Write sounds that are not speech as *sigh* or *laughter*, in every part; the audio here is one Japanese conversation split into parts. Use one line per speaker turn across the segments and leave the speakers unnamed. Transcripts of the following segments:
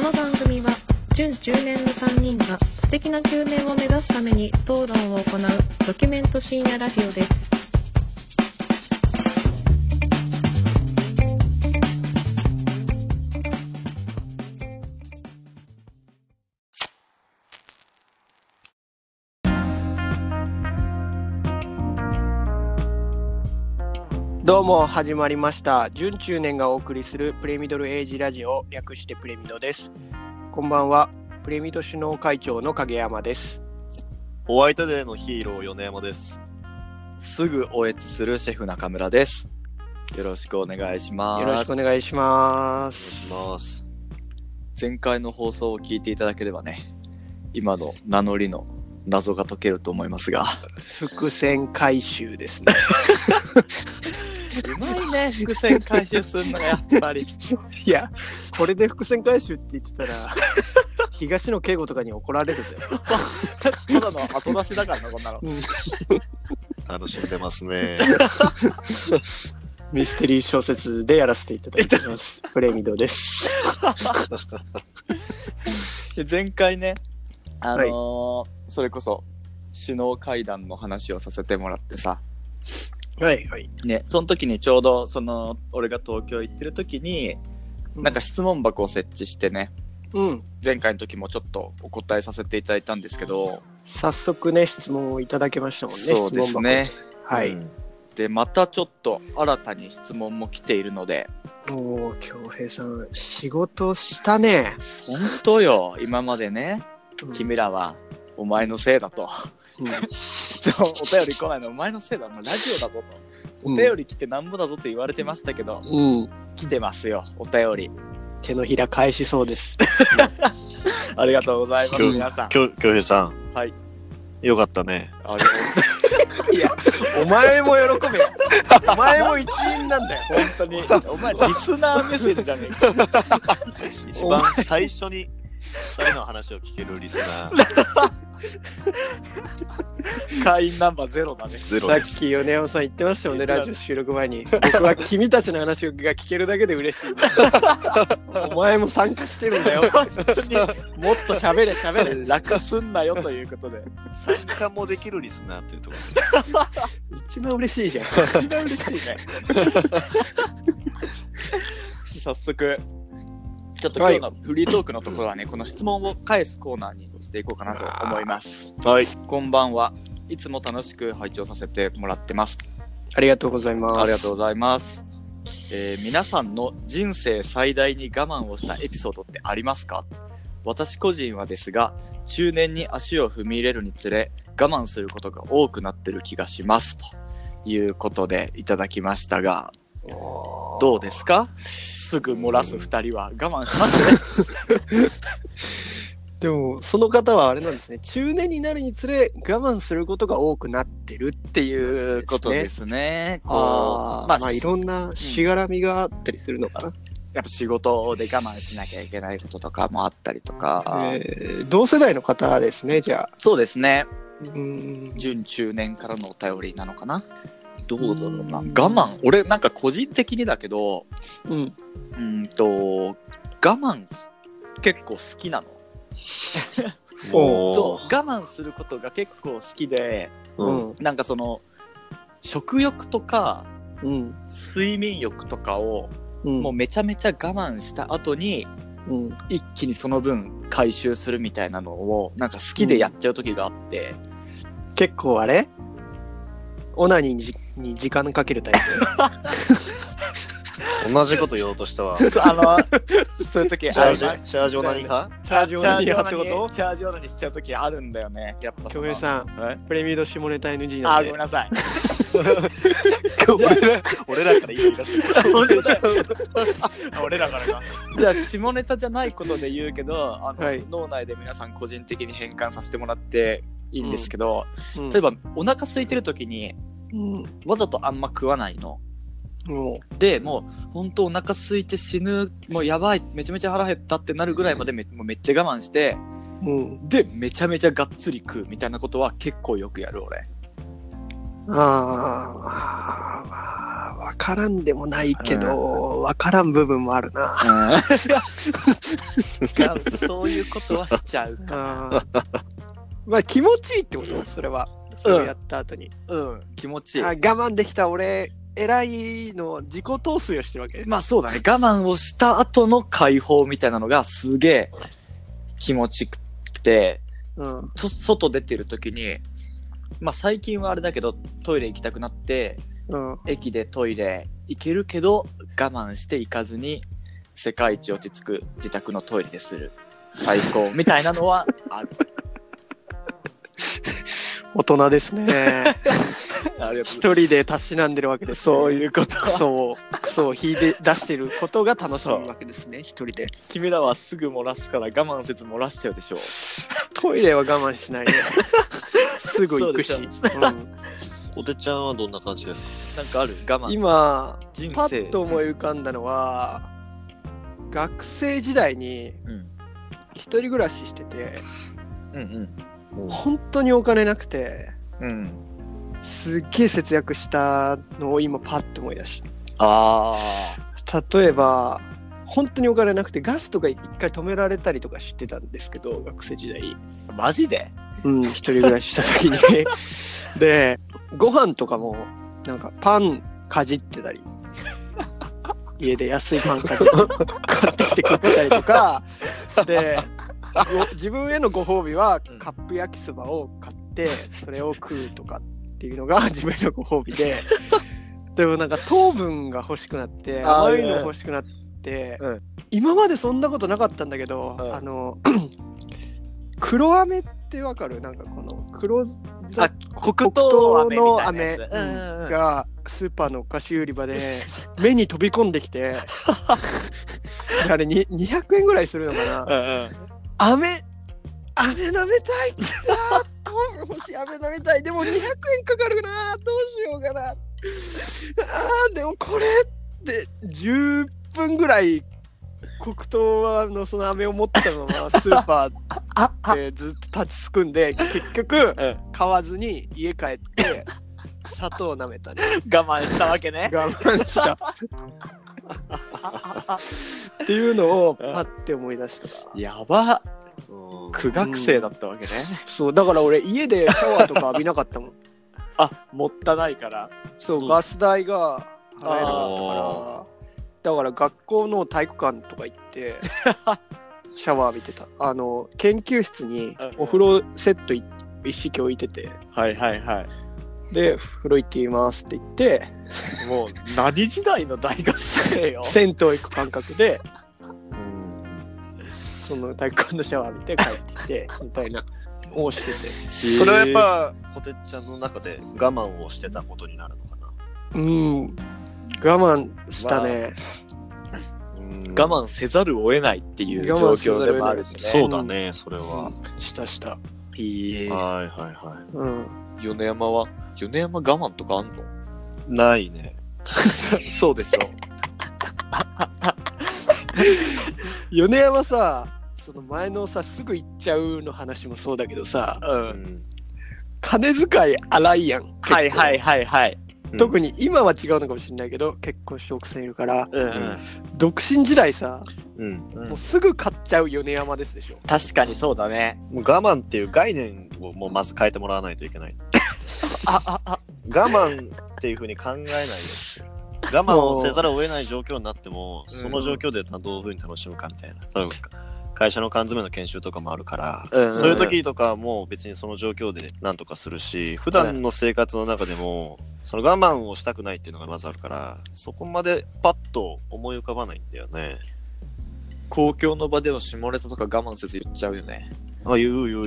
の番組は準10年の3人が素敵な9年を目指すために討論を行うドキュメント深夜ラジオです
どうも始まりました準中年がお送りするプレミドルエイジラジオ略してプレミドですこんばんはプレミド首脳会長の影山です
ホワイトデーのヒーロー米山です。
すぐおえつするシェフ中村です。よろしくお願いしま
よ
す。
ろしくお願いしま
お願い
す
します。
前回の放送を聞いていただければね、今の名乗りの謎が解けると思いますが。
伏線回収ですね *laughs*
うまいね、伏線回収するのがやっぱり。
いやこれで伏線回収って言ってたら東野敬吾とかに怒られるぜ、
ただの後出しだからな、こんなの。
楽しんでますね。
ミステリー小説でやらせていただいてますプレミドです
*laughs* 前回ね、あのーそれこそ首脳会談の話をさせてもらってさ、
はいはい
ね、その時にちょうどその俺が東京行ってる時に、なんか質問箱を設置してね、
うん
前回の時もちょっとお答えさせていただいたんですけど、
早速ね質問をいただけましたもんね
そうですね
質問箱はい、
うん
でまたちょっと新たに質問も来ているので
もう恭平さん仕事したね、
本
*laughs*
当よ今までね
うん
君らはお前のせいだと
う
質問お便り来ないのお前のせいだもうラジオだぞと
ん
お便り来てなんぼだぞと言われてましたけど、
うん、
来てますよお便り
手のひら返しそうです。
ありがとうございます
今日
皆
*laughs*
さん
きょ、きょうへいさん。
はい。
よかったね。
ありがと
お前も喜べよ。お前も一員なんだよ。
う本当にお前リスナー目線じゃねえか
一番最初に、二人の話を聞けるリスナー。
会員ナンバーゼロだね
ゼロ
さ
で
っ
す。
き米山さん言ってましたよね、ラジオ収録前に。僕は君たちの話が聞けるだけで嬉 *laughs* しい。お前も参加してるんだよ。もっと喋れ喋れ。
楽すんなよということで
参加もできるリスナーっていうところ
一番嬉しいじゃん。
一番嬉しいね早速ちょっと今日のフリートークのところはね、この質問を返すコーナーにしていこうかなと思います
はい。
こんばんはいつも楽しく拝聴させてもらってます
ありがとうございます。
ありがとうございます、えー皆さんの人生最大に我慢をしたエピソードってありますか私個人はですが中年に足を踏み入れるにつれ我慢することが多くなってる気がしますということでいただきましたがどうですかすぐ漏らす2人は我慢しますね
でも、その方はあれなんですね。中年になるにつれ我慢することが多くなってるっていうことですね。
すねこう
あー、ま
ま
あ、
あ、
いろんなしがらみがあったりするのかな。
やっぱ仕事で我慢しなきゃいけないこととかもあったりとか、
えー同世代の方ですね、じゃあ。
そうですね
うん
準中年からのお便りなのかなどうだろうな我慢俺なんか個人的にだけど
うん。
うーんと我慢す結構好きなの
そう
そう我慢することが結構好きで
う
うん。
ん。
なんかその食欲とか
うん。
睡眠欲とかを
うん。
もうめちゃめちゃ我慢した後に
うん。
一気にその分回収するみたいなのをなんか好きでやっちゃう時があって、
結構あれオナニーにじに時間かけるタイ *laughs*
同じこと言おうとしたわ。
*laughs* あのそういう時
チ
あ
ャー
る
ジ、
じゃん
チャージを何か
プ。チャージ
チ
オ
ャ
ナ
ー
ニ
ジ
ー
オ
派
ナ
って
ニ
こ
ーチャージオナニーしちゃう時あるんだよねやっぱ
と
そ
京
の
平さん、
え
プレミード下ネタ NG なん
あー
で
ごめん。なさい
俺ら、 *laughs* 俺らから言い出した。
俺らからかじゃあ下ネタじゃないことで言うけどあの、
はい
脳内で皆さん個人的に変換させてもらっていいんですけど、
うん
例えばお腹空いてる時に
うん。
わざとあんま食わないの
も
でもうほんとお腹空いて死ぬもうやばいめちゃめちゃ腹減ったってなるぐらいまでめもうめっちゃ我慢して
う、うん。
でめちゃめちゃがっつり食うみたいなことは結構よくやる俺
あーあー、わわからんでもないけど、わからん部分もある *laughs* な。
*laughs* そういうことはしちゃうか。
あーまあ気持ちいいってことそれは。それをやった後に。
うん、気持ちいい
あ。我慢できた俺、偉いの自己陶酔をしてるわけ
まあそうだね。我慢をした後の解放みたいなのがすげえ気持ちくて、
うん。
そ外出てる時に、まあ最近はあれだけどトイレ行きたくなって、
うん。
駅でトイレ行けるけど我慢して行かずに世界一落ち着く自宅のトイレでする。最高。みたいなのはある。
大人ですね。
ありがと
一人でたしなんでるわけです、ね。
そういうこと
クソを、クソを引いて出してることが楽しむわけですね、一人で。
君らはすぐ漏らすから我慢せず漏らしちゃうでしょう。
トイレは我慢し *laughs* ないね。すぐ行くし。
そうで
うん
おてちゃんはどんな感じです
なんかある我慢。
今、
人生
パッと思い浮かんだのは、学生時代に
うん。
一人暮らししてて、
うん
本当にお金なくて、
うん。うん。
すっげえ節約したのを今パッと思い出し
あ
た例えば本当にお金なくてガスとか一回止められたりとかしてたんですけど学生時代
あ。マジで
うん一人暮らしした時にでご飯とかもなんかパンかじってたり家で安いパンかじって買ってきて食ってたりとかでご自分へのご褒美は
うん
カップ焼きそばを買ってそれを食うとかっていうのが *laughs* 自分へのご褒美
*laughs*
ででもなんか糖分が欲しくなって
あ
甘
ー
いの欲しくなって、
うん
今までそんなことなかったんだけど、
うん
あの *clears throat* 黒飴ってわかるなんかこの黒
あ
ざ
黒糖飴みた
黒
いなやつ
糖の飴
うんうんうん
がスーパーのお菓子売り場
*laughs*
で目に飛び込んできてあれに200円ぐらいするのかな、
うん
飴飴舐めたいあー *laughs* 糖分欲しい飴舐めたいでも200円かかるなどうしようかなあーでもこれって10分ぐらい黒糖はのその飴を持った *laughs* ままスーパーでずっと立ちすくんで結局
うん
買わずに家帰って砂糖舐めたね
我慢したわけね。
*laughs* 我慢した *laughs* っていうのをパッて思い出した
やば。
か、うん
苦学生だったわけね。
そうだから俺家でシャワーとか浴びなかったもん
あ、もったないから。
*laughs* そう、
うん
ガス代が払えなかった
あ
からだから学校の体育館とか行って *laughs* シャワー浴びてたあの研究室に
うんうん
お風呂セットい一式置いてて
はいはいはい。
で風呂行ってみますって言って
もう何時代の大学生 *laughs* よ。
銭湯行く感覚で
うん
その体育館のシャワー浴びて帰ってきて *laughs* みたいなをして
それはやっぱこてっちゃんの中で我慢をしてたことになるのかな
てうん我慢したね、
我
我慢せざるを得ないっていう状況でもあるしね。
そうだねそれは、
したした
いい
はいはいは
*laughs* うん
米山は、米山我慢とかあんの
いないね
そうでしょ。
米山さその前のさすぐ行っちゃうの話もそうだけどさ
*laughs* う。
うんん
金遣い荒いやん
はいはいはいはい。
特に今は違うのかもしれないけど結婚して奥さんいるから
うんうんん。
独身時代さ、
うん
うん
もうすぐ買っちゃう米山ですでしょ
確かにそうだね。
もう我慢っていう概念をもうまず変えてもらわないとい *laughs* けない
あああ
我慢っていうふうに考えないように我慢をせざるを得ない状況になっても
うん
その状況でどういうふうに楽しむかみたいな例えば会社の缶詰の研修とかもあるから、
うんうん
そういう時とかはもう別にその状況で何とかするし普段の生活の中でもその我慢をしたくないっていうのがまずあるからそこまでパッと思い浮かばないんだよね。
公共の場での下ネタとか我慢せず言っちゃうよね。
あ言う言う言う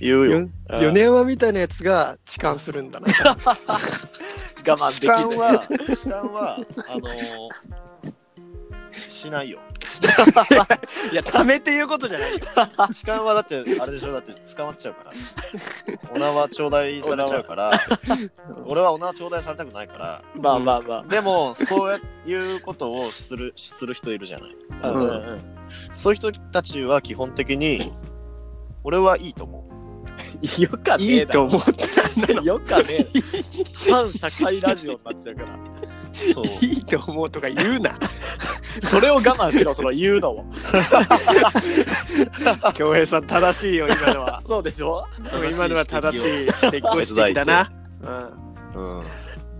言うよ。
よ米山みたいなやつが痴漢するんだな
我慢
痴漢は、痴漢は、あのーしないよ。
*laughs* いや、ためっていうことじゃないよ。
痴漢はだって、あれでしょ、だって捕まっちゃう *laughs* から。お縄頂戴されちゃうから、俺はお縄頂戴されたくないから。
まあまあま
でも、そういうことをする、 *laughs* する人いるじゃない。
あ。
うん
ん。
そういう人たちは基本的に、俺はいいと思う。
よかね
い
え
い
だ
と
ろ
思ったんだよ。
よかねえ反社会ラジオになっちゃうから
そう。
いいと思うとか言うな。
それを我慢しろその言うのを。
京平さん、正しいよ、今のは
そうでしょ
今のは正しい
い。
指摘をしてきたな。うん
うん。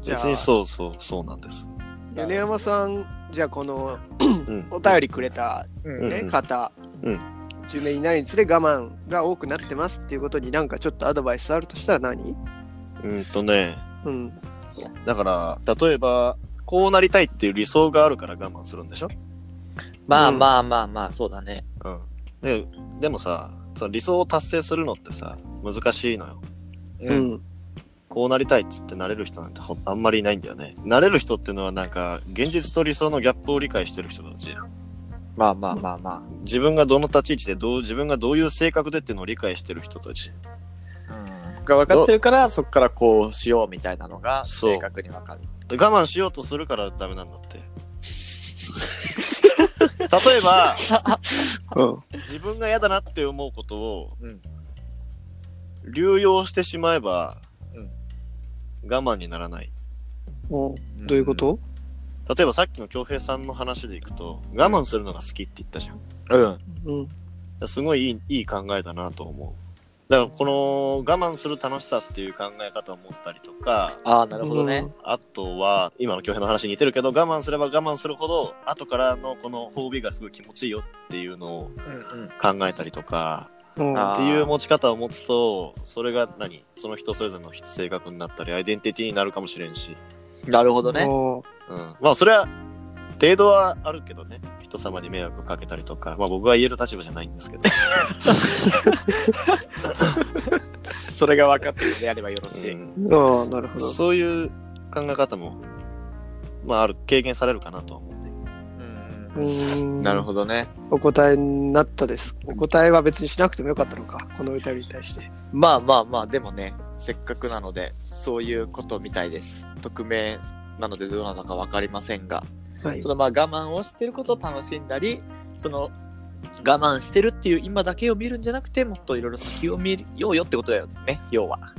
じゃあ
別にそうそう、そうなんです。
米山さん、じゃあこの
うん。
お便りくれた、
うん
ね
うん
方、
うん
10年以内につれ我慢が多くなってますっていうことになんかちょっとアドバイスあるとしたら何
うんとね、
うん。
だから、例えば、こうなりたいっていう理想があるから我慢するんでしょ
まあまあまあまあ、そうだね。
うん。で、でもさ、その理想を達成するのってさ、難しいのよ。
う。
うん
こうなりたいっつってなれる人なんてほんあんまりいないんだよね。なれる人ってのはなんか、現実と理想のギャップを理解してる人たちやん。
まあまあまあま
自分がどの立ち位置で、どう、自分がどういう性格でっていうのを理解してる人たち。
あ、が分かってるからそこからこうしようみたいなのが
そう
正確に分かる
で我慢しようとするからダメなんだ
*laughs*
って。例えば、
うん。
自分が嫌だなって思うことを、
うん
流用してしまえば、
うん
我慢にならない。
おどういうこと
例えばさっきの京平さんの話でいくと、我慢するのが好きって言ったじゃん。だか
うん
うん。
らすごいいいいい考えだなと思う。だからこの我慢する楽しさっていう考え方を持ったりとか、
ああなるほどね、
あとは、今の京平の話に似てるけど、我慢すれば我慢するほど、後からのこの褒美がすごい気持ちいいよっていうのを
うんうん
考えたりとか、
うん。
あー
っていう持ち方を持つと、それが何その人それぞれの性格になったり、アイデンティティになるかもしれんし。
なるほどね
お
うん。まあ、それは、程度はあるけどね。人様に迷惑をかけたりとか。まあ、僕は言える立場じゃないんですけど。
それが分かってるのであればよろしい、
うん
ああ、なるほど。
そういう考え方も、まあ、ある、軽減されるかなとは思うね。
うーん
なるほどね
お答えになったです。お答えは別にしなくてもよかったのか、この歌に対して。
まあまあまあでもねせっかくなのでそういうことみたいです匿名なのでどうなのか分かりませんが
はい
そ。のまあ我慢をしてることを楽しんだりその我慢してるっていう今だけを見るんじゃなくてもっといろいろ先を見ようよってことだよね要は *laughs*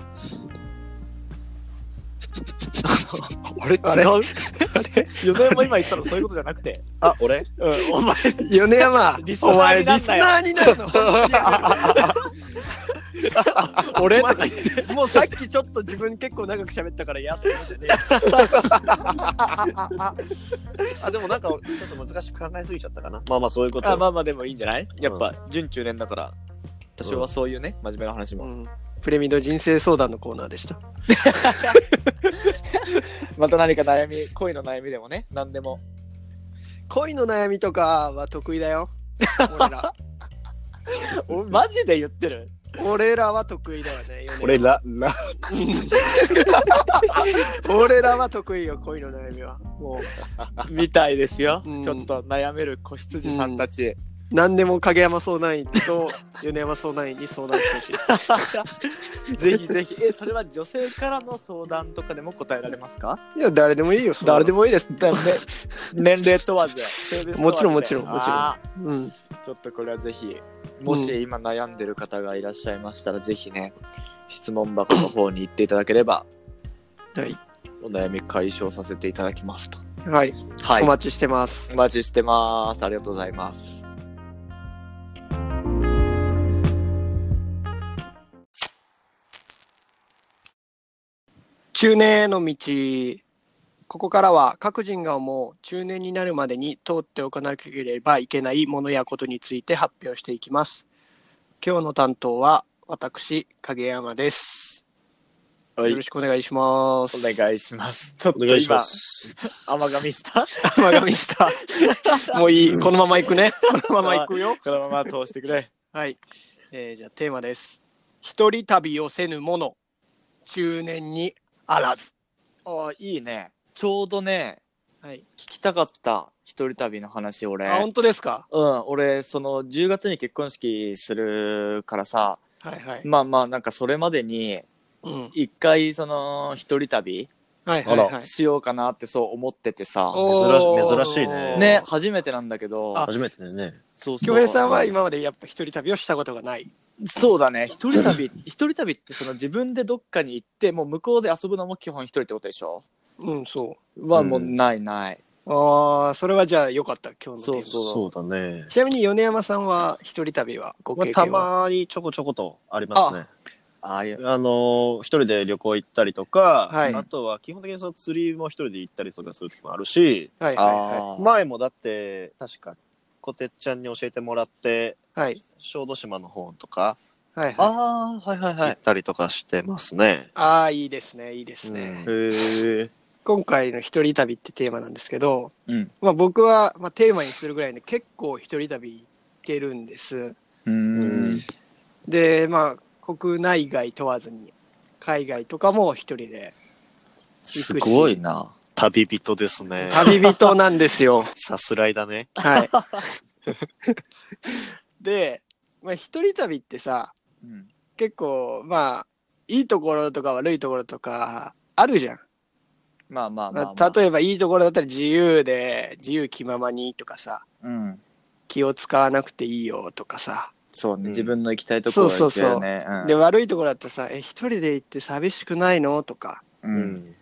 あれ違
あれ
う米山今言ったのそういうことじゃなくて、
あ、俺
うん、お前
米山
リス、ナ
お
ーに
前リ
なん
ス
なよ
ナーになるの。
*laughs* 俺とか言って
*laughs* もうさっきちょっと自分結構長く喋ったから安いですね。
*laughs*
あ、でもなんか、ちょっと難しく考えすぎちゃったかな。まあまあ、そういうこと
あ
よ。
まあまあでもいいんじゃないやっぱ準中年だから多少はそういうね真面目な話も
うん。プレミの人生相談のコーナーでした。
また何か悩み恋の悩みでもね何でも
恋の悩みとかは得意だよ。俺 *laughs* ら。
おマジで言ってる
俺らは得意だよね。米山
俺、ら、ら、
俺らは得意よ、恋の悩みは。も
みたいですよ、
うん
ちょっと悩める子羊さんたち、
う、何でも影山相談員と米山相談員に相談してほしい。
*laughs* ぜひぜひえそれは女性からの相談とかでも答えられますか
いや、誰でもいいよ。そんなの
誰でもいいですだね年齢問わ *laughs* ず性別問わずで
もちろんもちろんもちろん
あ
うん。
ーちょっとこれはぜひもし今悩んでる方がいらっしゃいましたら、ぜひね質問箱の方に行っていただければ
はい。
お悩み解消させていただきますと
はい。
はい
お待ちしてます。
お待ちしてますありがとうございます
中年への道ここからは各人が思う中年になるまでに通っておかなければいけないものやことについて発表していきます今日の担当は私影山です
は
よろしくお願いします *laughs*
お願いしますちょっ
お
と
願いしま
今
す。
甘噛みした
甘噛みした
*laughs*
もういいこのまま行くねこのまま行くよ
このまま通してくれ
はい、えーじゃあテーマです一人旅をせぬ者中年にあらず
ああ、いいね。ちょうどね、
はい
聞きたかった。一人旅の話、俺。
あ本当ですか
うん、俺、その、10月に結婚式するからさ、
はいはい
まあまあ、なんかそれまでに、
うん
一回、その、一人旅
はいはいはい。
しようかなってそう思っててさ。
おー
珍し珍しいね
ね、初めてなんだけど。
あ
初めてだよね。
そうそう
京平さんは今までやっぱ一人旅をしたことがない。
そうだね。一人旅、 *laughs* 一人旅ってその自分でどっかに行って、もう向こうで遊ぶのも基本一人ってことでしょ
うん、そ
はもう
うん
ないない。
う。ああ、それはじゃあよかった、今日のテーマ。
そうだ
そうだね。
ちなみに米山さんは一人旅はご
まあ
経、
た
験は、
まにちょこちょことありますね。
ああいう。
あのー一人で旅行行ったりとか、
はい
あとは基本的にその釣りも一人で行ったりとかする時もあるし、
はいは
あ
前もだって、確か、こてっちゃんに教えてもらって、
いはい。はい
小豆島の方とか
はい
あ
はい。
あ、はいはいは
行っ
い。
たりとかしてますね。
ああ、いいですね、いいですね。
うん
ー。へえ。
今回の一人旅ってテーマなんですけど、
うん
まあ僕は、まあ、テーマにするぐらいで結構一人旅行ってるんです。
うーん。
で、まあ国内外問わずに海外とかも一人で。
すごいな。
旅人ですね。
旅人なんですよ。
さすらいだね。
はい。 *laughs* で、まあ一人旅ってさ、
うん
結構まあいいところとか悪いところとかあるじゃん。
まあまあまあ
ま
まあ。
あ、例えばいいところだったら自由で自由気ままにとかさ
うん。
気を使わなくていいよとかさ、
そう
うん
ね。自分の行きたいところ行けるね。
で悪いところだったらさ「え一人で行って寂しくないの?」とか
う。
うん
うん。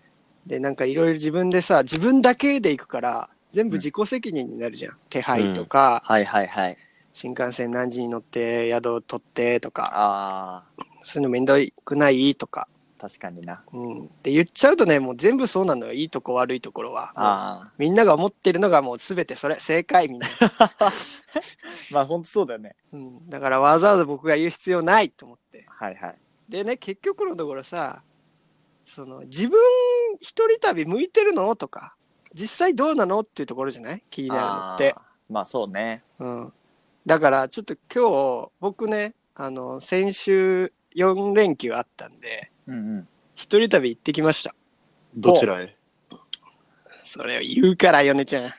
でなんかいろいろ自分でさ自分だけで行くから全部自己責任になるじゃん、手配とか、
はいはいはい。
新幹線何時に乗って宿取ってとか
ああ、
そういうの面倒くないとか、
確かにな。
うん、で言っちゃうとねもう全部そうなのよいいとこ悪いところは。
あ
みんなが思ってるのがもう全てそれ正解
*laughs*
みんな、
あ。まあ本当そうだよね。
うん、だからわざわざ僕が言う必要ないと思って
はいはい。
でね結局のところさその自分一人旅向いてるのとか実際どうなのっていうところじゃない気になるのって
あ、ー。まあそうね。
うん、だからちょっと今日僕ねあの先週4連休あったんで
うんうん。
一人旅行ってきました
どちらへ
それを言うからヨネちゃん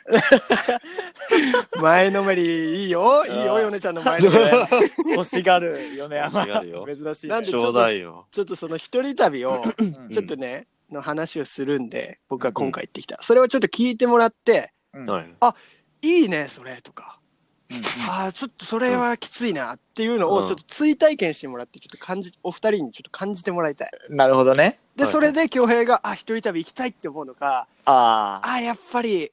前のめりいいよいいよ
あー
ヨネちゃんの前のめ
*laughs*
り
欲しがるよね、
欲しがるよ
珍しい、ね。
なんで
ちょうだいよ。
ちょっとその一人旅を
うん
ちょっとね、の話をするんで僕は今回行ってきた、それをちょっと聞いてもらって
うん
はい。
いいねそれとか、
うん
ああちょっとそれはきついなっていうのをちょっと追体験してもらってちょっと感じお二人にちょっと感じてもらいたい
うんなるほどね。
で
はい
それで恭平があ一人旅行きたいって思うのか
ああ。
あーやっぱり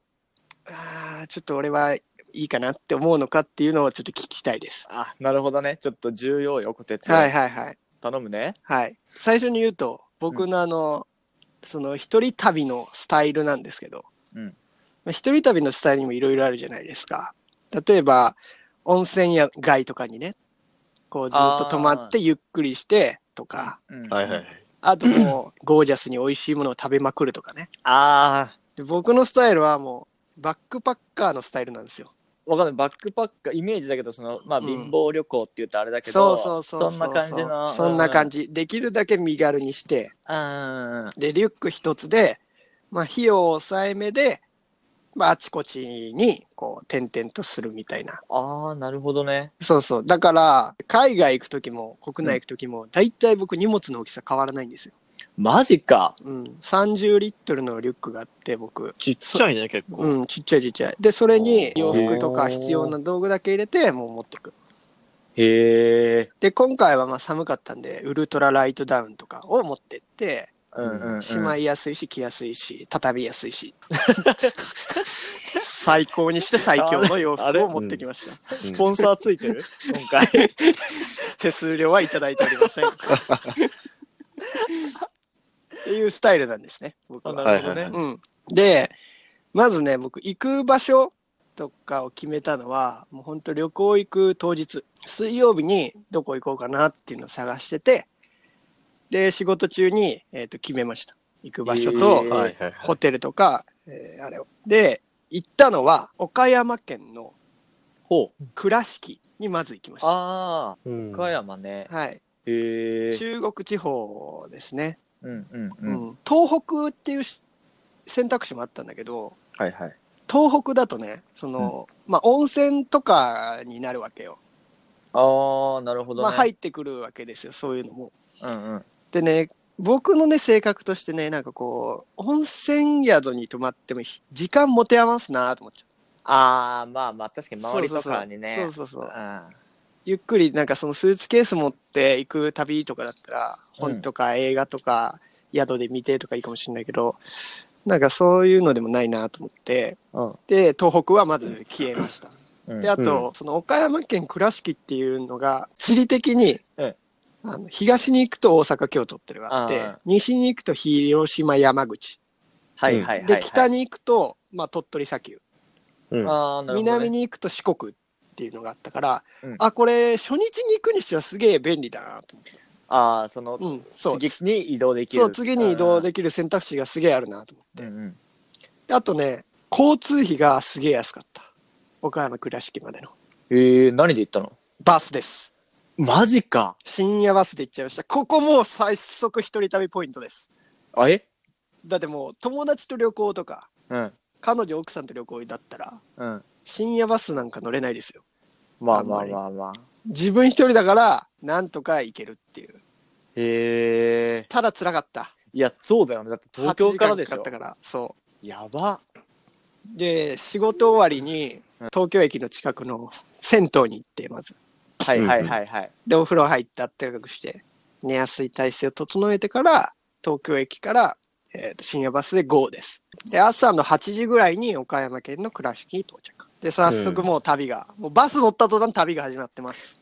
あーちょっと俺はいいかなって思うのかっていうのをちょっと聞きたいです
あ、なるほどね。ちょっと重要よ、こてつ。
はいはいはい
頼むね。
はい最初に言うと僕のあの、その一人旅のスタイルなんですけど、
うん
まあ一人旅のスタイルにもいろいろあるじゃないですか例えば温泉や街とかにねこうずっと泊まってゆっくりしてとか
うん
はいはいは。い。
あとも
*coughs*
うゴージャスに美味しいものを食べまくるとかね
ああ。
で僕のスタイルはもうバックパッカーのスタイルなんですよ
わかんない。バックパッカー、イメージだけど、その、まあ、
うん
貧乏旅行って言うとあれだけ
そ
ど、
うそうそうう
そんな感じの。
そんな感
じ。
じできるだけ身軽にして
うん。
でリュック一つで、まあ、費用抑えめで、まあ、あちこちにこう転々とするみたいな
ああ、なるほどね。
そうそうだから海外行く時も国内行く時も、大体僕荷物の大きさ変わらないんですよ、
マジか。
うん、30リットルのリュックがあって僕
ちっちゃいね、結構。
うんちっちゃいちっちゃいでそれに洋
おー
服とか必要な道具だけ入れてもう持ってく
へえ。
で今回はまあ寒かったんでウルトラライトダウンとかを持ってって
うんうん、うん。
しまいやすいし着やすいし畳みやすいし最高にして最強の洋
あ
服
れ
を持ってきました
スポンサーついてる今回。
手数料はいただいておりませんっていうスタイルなんですね僕
あ
は、
なるほど
はいはい
ね。
うん、でまずね僕行く場所とかを決めたのはもうほんと旅行行く当日水曜日にどこ行こうかなっていうのを探しててで仕事中に、えー、と決めました行く場所と、
えー
はいはいは
ホテルとか、えーあれを。で、行ったのは、岡山県の
ほう。
倉敷にまず行きました。
あ
い。うん
あ、岡山ね。
はい。
へえ。
中国地方ですね。
うんうん
う
うん。
ん。東北っていうし選択肢もあったんだけど、
はいはい。
東北だとね、その、まあ、温泉とかになるわけよ。
ああ、なるほどね。
まあ、入ってくるわけですよ、そういうのも。
うんうん。
でね、僕のね、性格としてね、なんかこう、温泉宿に泊まってもひ時間持て余すなと思っちゃう。
ああ、まあまあ、確かに周りとかにね。
そうそうそう。そうそうそ
う
う
ん
ゆっくり、なんかそのスーツケース持って行く旅とかだったら、
うん
本とか映画とか、宿で見てとかいいかもしれないけど、なんかそういうのでもないなと思って、
うん
で、東北はまず消えました。
うん
で、あと、その岡山県倉敷っていうのが、地理的に、
うん
あの東に行くと大阪、京都っていうのがあって、
あー
西に行くと広島、山口。
はいはいはいはい。
で、北に行くと、まあ、鳥取砂丘。
あー、なるほどね
南に行くと四国っていうのがあったから、
うん
あ、これ、初日に行くにしてはすげえ便利だなと思って。
ああ、その、
うん、そう。
次に移動できる。
そう、次に移動できる選択肢がすげえあるなと思って。
きる。うんうん
であとね、交通費がすげえ安かった。岡山倉敷までの。
ええ、何で行ったの
バスです。
マジか。
深夜バスで行っちゃいました。ここもう最速一人旅ポイントです。
あえ
だってもう友達と旅行とか、
うん。
彼女奥さんと旅行だったら、
うん。
深夜バスなんか乗れないですよ。
ま
あ
あ
んま
まあ
り
まあまあ。
自分一人だから、なんとか行けるっていう。
へえ。
ただ辛かった。
いや、そうだよね。だって東京からで
8
し
時間
ょ
かかった。から。そ
やば。
う。で、仕事終わりに、東京駅の近くの銭湯に行って、まず。
はいはいはいはい。
で、お風呂入ってあったかくして、寝やすい体勢を整えてから、東京駅から、えーと深夜バスで GO です。で、朝の8時ぐらいに岡山県の倉敷に到着。で、早速もう旅が、もうバス乗った途端旅が始まってます。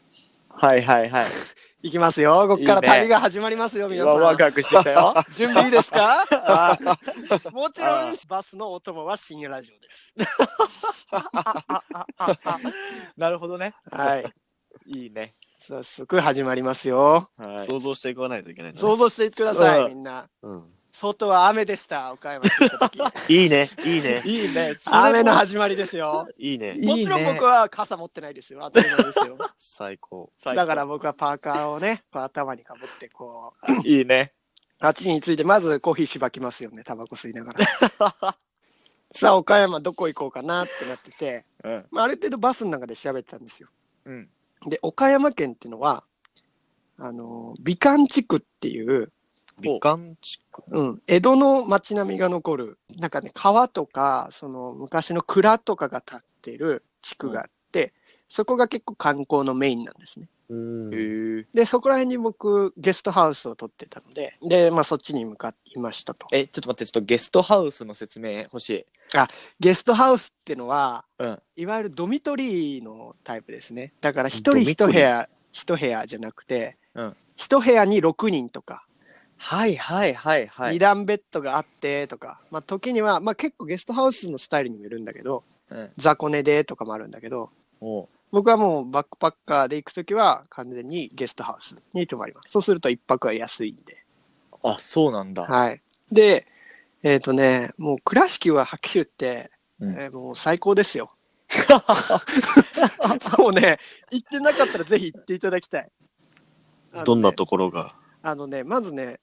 はいはいはい。
行きますよ。こっから
いいね
旅が始まりますよ、皆
う
さ
わ
ん。
ワクワクしてきたよ。
*laughs* 準備いいです
*laughs*
かあーもちろ
あ
ん、バスのお供は深夜ラジオ
*laughs*
です。
なるほどね。
はい。
いいね。
早速始まりますよ。
はい。
想像していかないといけないんだね
想像してくださ
そ
い、
う
みんな。
うん
外は雨でした、岡山に来た時
いいね、いいね、
いいね。それも
雨の始まりです
*laughs*
よ。
いいね。
もちろん僕は傘持ってないですよ。当たり前ですよ。
最高。
*laughs* 最高
だから僕はパーカーをね、こう頭にかぶって、こう、
いいね。
あっちについてまずコーヒーしばきますよね、タバコ吸いながら。
*laughs*
さあ、岡山どこ行こうかなってなってて、
うん。
まあ、ある程度バスの中で調べてたんですよ。
うん。
で、岡山県っていうのは、あの、美観地区っていう、
美観地区。
うん、江戸の町並みが残る、なんかね、川とか、その昔の蔵とかが建ってる地区があって、そこが結構観光のメインなんですね。
うん
へえ。
で、そこら辺に僕、ゲストハウスを取ってたので、で、まあそっちに向かっていましたと。
え、ちょっと待って、ちょっとゲストハウスの説明欲しい。
ゲストハウスってのは、
うん
いわゆるドミトリーのタイプですね。だから一人一部屋、一部屋じゃなくて、
うん
一部屋に6人とか、
はいはいはいは
二
い。
段ベッドがあってとか、まあ、時には、まあ、結構ゲストハウスのスタイルにもよるんだけど、
うん
雑魚寝でとかもあるんだけど
おう
僕はもうバックパッカーで行く時は完全にゲストハウスに泊まりますそうすると一泊は安いんで
あ、そうなんだ。
はいでえっ、とねもう倉敷は白州って、
うん
えーもう最高ですよもうね行ってなかったらぜひ行っていただきたいあのね
どんなところが。
あのね、まずね、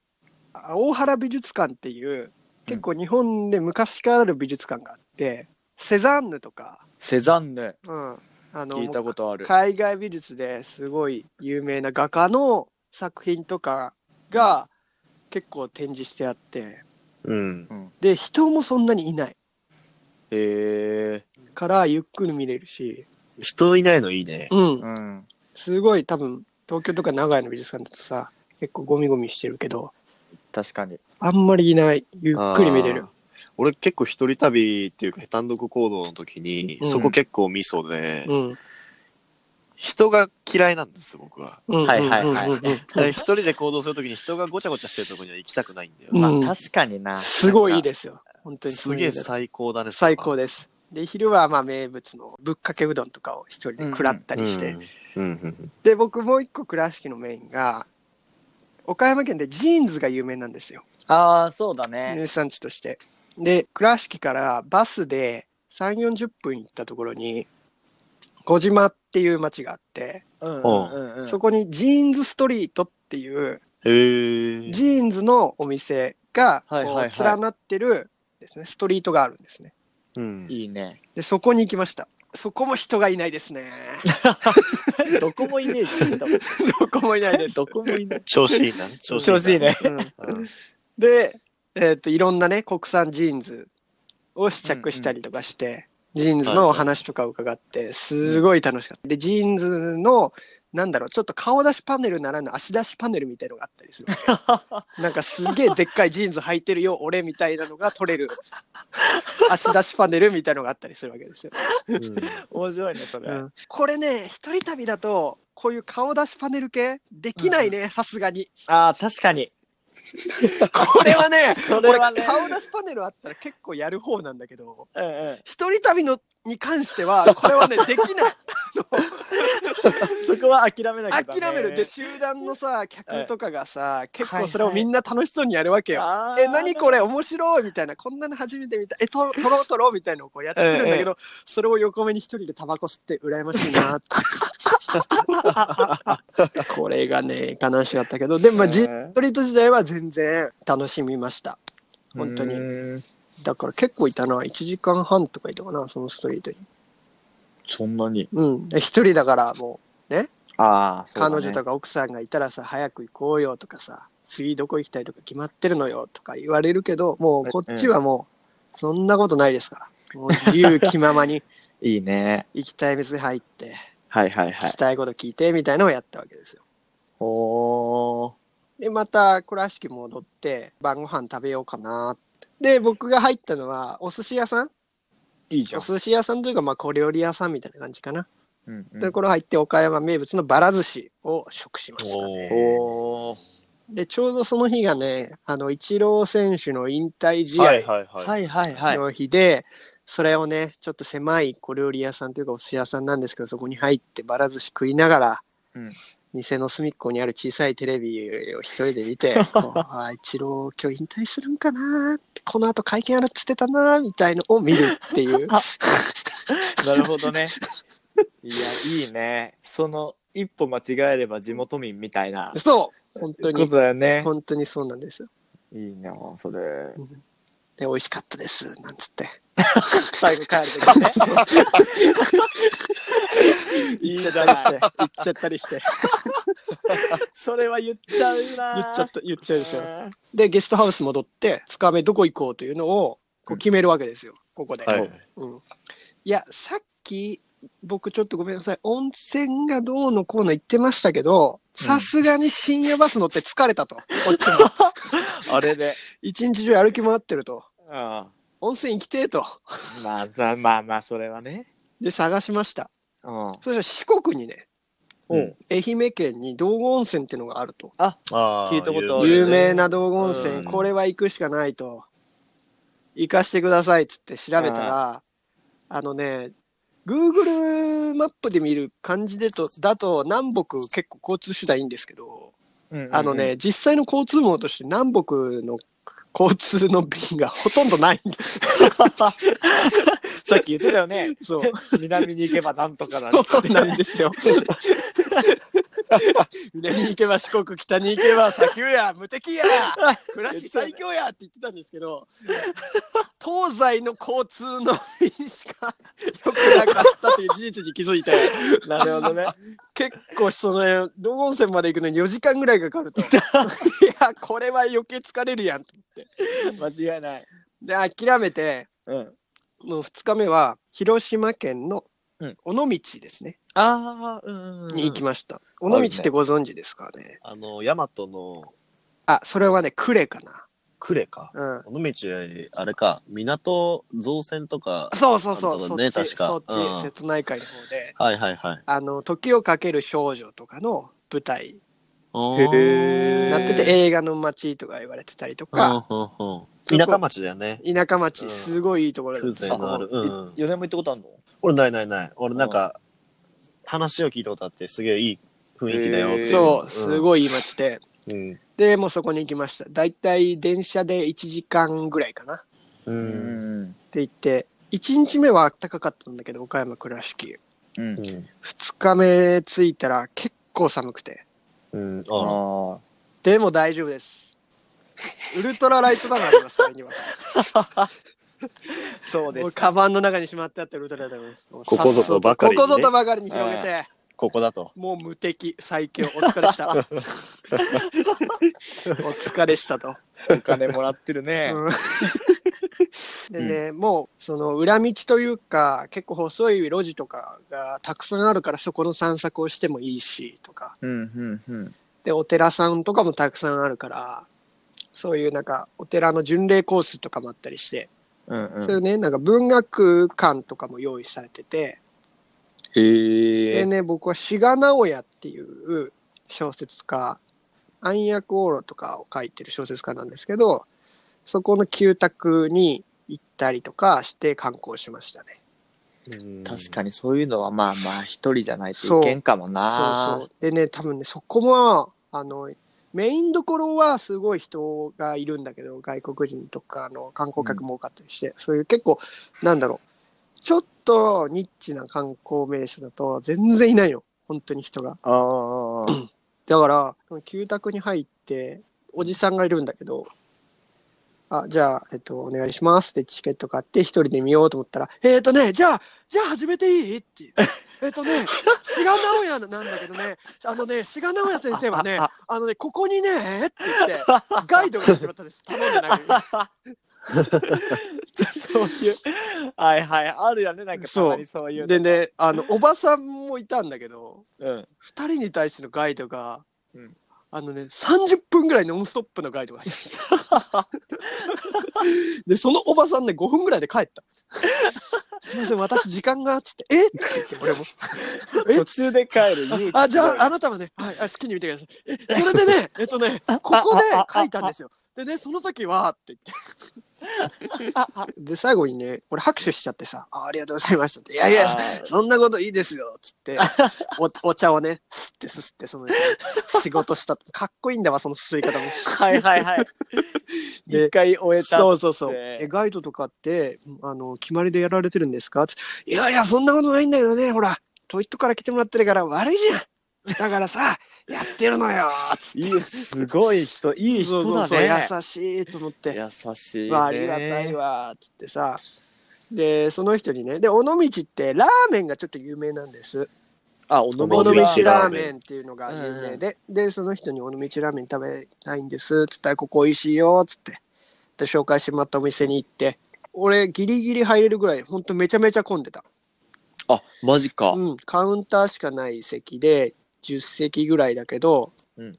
あ大原美術館っていう、結構日本で昔からある美術館があって、セザンヌとか、
セザンヌ。
うん、あの
聞いたことある。
海外美術ですごい有名な画家の作品とかが結構展示してあって、
うん。
で、人もそんなにいない
へえ。
からゆっくり見れるし、
人いないのいいね。
うん、
うん。
すごい多分東京とか名古屋の美術館だとさ、結構ゴミゴミしてるけど、
確かに。
あんまりいない、ゆっくり見れる
あー。。俺結構一人旅っていうか単独行動の時に、
うん
そこ結構ミソで、
うん。
人が嫌いなんです僕は。
うん
はいはいはい
うんうんうんうん
だから一人で行動する時に人がごちゃごちゃしてるとこには行きたくないんだよ。
うん
まあ確かにな。
すごいいい
で。
ですよ。本当に
すげえ最高だね。
最高です。で、昼はまあ名物のぶっかけうどんとかを一人で食らったりして。
うん。うんうん
で、僕もう一個倉敷のメインが、岡山県でジーンズが有名なんですよ。
ああ、そうだね。
名産地として。で、倉敷からバスで3、40分行ったところに、小島っていう町があって、
うんうんうんうん。
そこにジーンズストリートっていう
へえ。
ジーンズのお店がこ
はいはいはいう
連なってるですね、ストリートがあるんですね。
うん。
いいね。
で、そこに行きました。そこも人がいないですね。
どこもいねえじゃん人
*laughs* どこもいないです。
どこもいない
調子いいな。
*laughs* *laughs*
調
調子いいね
うん
で、えっといろんなね国産ジーンズを試着したりとかして、ジーンズのお話とかを伺ってすごい楽しかった。でジーンズのなんだろうちょっと顔出しパネルならぬ足出しパネルみたいのがあったりするなんかすげえでっかいジーンズ履いてるよ俺みたいなのが取れる足出しパネルみたいのがあったりするわけですよ、
うん
面白いねそれ、
うんこれね一人旅だとこういう顔出しパネル系できないねさすがに
あー確かに
*laughs* これはね
*laughs* それはね
俺顔出しパネルあったら結構やる方なんだけど
うんうん
一人旅のに関し
*laughs*
てはこれはねできない
そこは諦めなきゃダメ
諦めるで集団のさ客とかがさ結構それを
はいはい
みんな楽しそうにやるわけよ。
あー
え何これ面白いみたいなこんなの初めて見たえと撮ろう撮ろうみたいなのをこうやってるんだけど、それを横目に一人でタバコ吸って羨ましい
*laughs*
なってこれがね悲しかったけどでもまあジストリート時代は全然楽しみました本当に
うん
だから結構いたな1時間半とかいたかなそのストリートに
そんなに
うんで一人だからもう
ああそうだ
彼
ね
女とか奥さんがいたらさ早く行こうよとかさ次どこ行きたいとか決まってるのよとか言われるけどもうこっちはもうそんなことないですからもう自由気ままに
いいね
行きたい店入って
はいはいは
聞
い
きたいこと聞いてみたいのをやったわけですよ
おー
でまた倉敷戻って晩ご飯食べようかなってで僕が入ったのはお寿司屋さん
いいじゃ
お
ん、
寿司屋さんというかまあ小料理屋さんみたいな感じかな、
うんうん
でこれ入って岡山名物のばら寿司を食しました
おー
おー
で、ちょうどその日がね、あの、イチロー選手の引退試
はい
合
はいはい。
はいはいはい
の日で、それをね、ちょっと狭い小料理屋さんというかお寿司屋さんなんですけど、そこに入ってばら寿司食いながら、
うん
店の隅っこにある小さいテレビを一人で見 *laughs* て、こうああ、イチロー今日引退するんかなーって、この後会見あるっつってたなーみたいのを見るって *laughs* いう。
なるほど
*laughs*
ね。いや、いいね。その、一歩間違えれば地元民みたいな
そう本当
こ
に
と、だよね。
本当にそうなんですよ。
いいな、それ。
で、美味しかったです、なんつって。
最後帰るときね。 *laughs* いいじゃない。
言っちゃったりして。
それは言っちゃうな。
言っちゃった、言っちゃうでしょ。
た。
で、ゲストハウス戻って、2日目どこ行こうというのを
う
こうん決めるわけですよ、ここで、
はい
うん。いや、さっき、僕ちょっとごめんなさい、温泉がどうのこうの言ってましたけど、さすがに深夜バス乗って疲れた
*laughs*
と。こっちも
あれで。
一日中歩き回ってると。
あ
温泉行きてえと。
あまあざ、まあまあ、それはね。
で、探しました。
うん。
そしたら四国にね、
うん
愛媛県に道後温泉っていうのがあると。
あー
聞いたことある
有名な道後温泉、
うん
これは行くしかないと行かしてくださいっつって調べたらあのね Google マップで見る感じでとだと南北結構交通手段いいんですけど、
うん
あのね。実際の交通網として南北の交通の便がほとんどないんです
さっき言ってたよね。
よ
*laughs* 南に行けばなんとかだ。
そうなんですよ *laughs* 南に行けば四国北に行けば砂丘や無敵 *laughs* や暮らし最強やって言ってたんですけど東西の交通の便しか良くなかったという事実に気づいて
なるほどね。
結構その道後温泉まで行くのに4時間ぐらいかかる *laughs* といやこれは余計疲れるやんと
*laughs* 間違いない。
で諦めて
うん。
もう2日目は広島県の
うん
尾道ですね、
ああ、うんうん。
に行き
ま
ました尾
ん
道ってご存知ですかね
あの、ヤマトの
あそれはね呉かな
クレか。
うん
尾道より、あれか、港造船とか、
そうそうそ
な
う、そっ
んとかね
ち、
確か
そっち、
うん
瀬戸内海の方で、
はいはいはい。
あの、時をかける少女とかの舞台
お
へ
に
ー
なってて、映画の街とか言われてたりとか、
うんうんうん田舎町だよね。
田舎
う
町、
ん
すごいいいところだっ
風
た
情のある。うんうん。
米も行ったことあるの
俺ないないない。俺なんか、話を聞いたことあって、すげえいい雰囲気だよってい。
へー
そう、
ん
すごいいい街で、
うん。
で、もうそこに行きました。だいたい電車で1時間ぐらいかなっ
う。
うんん。
て言って、1日目は暖かかったんだけど、岡山倉敷。
うん
う。ん。
2日目着いたら結構寒くて、
うん。
あ
あ
ー
でも大丈夫です。ウルトラライトダウンあります、それには。
そう
*laughs*
で
もう
す。
カバンの中にしまってあったウルトラダイす。こ
ここぞとばかりに
ここぞ
ね
とばかりに広げて、
ここだと。
もう無敵、最強、お疲れ *laughs* した。お疲れしたと。
お金もらってるね。
うん *laughs* でね、もうその裏道というか結構細い路地とかがたくさんあるからそこの散策をしてもいいしとか
うんうんうん。
でお寺さんとかもたくさんあるからそういうなんかお寺の巡礼コースとかもあったりして
うん
そうれ
ん。
ねなんか文学館とかも用意されてて
へ
で
え。
ね僕は志賀直哉っていう小説家「暗躍往路」とかを書いてる小説家なんですけどそこの旧宅に行ったりとかして観光しましたね。
確
に。
かにそういうのはまあまあ一人じゃないといけんかもな。
そうそう。でね、多分ね、そこも、あの、メインどころはすごい人がいるんだけど、外国人とかあの観光客も多かったりして、そういう結構、なんだろう、ちょっとニッチな観光名所だと全然いないの、本当に人が。
ああ *laughs* ああ。
だから、この旧宅に入って、おじさんがいるんだけど、あ、じゃあ、えっと、お願いしますってチケット買って一人で見ようと思ったら、えっとね、じゃあ、じゃあ始めていいって *laughs* いう。えっとね、志賀直哉なんだけどね、あのね、志賀直哉先生はね、あのね、ここにね、って言って、ガイドが始まったんです。頼んでないのに。
そういう。はいはい。あるよね。なんかたまにそ
*laughs*
ういうの。
でね、あの、おばさんもいたんだけど、
うん。
二人に対してのガイドが、
うん
あのね30分ぐらいノンストップのガイドが走ってたでそのおばさんね5分ぐらいで帰った「すいません私時間が」っつって「えっ?」て言って俺もえ
途中で帰る勇気。
あ、じゃあ、あなたはね、はい、あ好きに見てください。え、それでね、えっとね、ここで書いたんですよ。でね、その時は、って言って。ああで、最後にね、俺拍手しちゃってさ、あありがとうございましたって。いやいや、そんなこといいですよ、つって、お *laughs* お茶をね、すってすって、その、仕事したって。かっこいいんだわ、そのすすり方も。
はいはいはい。
で
一回終えた。
そうそうそう。
で
え、ガイドとかって、あの、決まりでやられてるんですかっていやいや、そんなことないんだけどね、ほら、遠い人から来てもらってるから悪いじゃん。だから
*laughs*
さ、やってるのよ、つって
いい、すごい人、いい人だね。
そうそうそう優しいと思って、
優しい、ね。
まあ、ありがたい。わ、つってさ。で、その人にね、で、尾道ってラーメンがちょっと有名なんです。
あ、お
尾
の
道
み
ラ
ラーメン。
ーメンっていうのが有名で、で、その人に尾道ラーメン食べたいんです、つったら、ここ美味しいよ、つって。で、紹介してもらったお店に行って、俺、ギリギリ入れるぐらい、ほんとめちゃめちゃ混んでた。
あ、マジか。
うん、カウンターしかない席で10席ぐらいだけど、
うん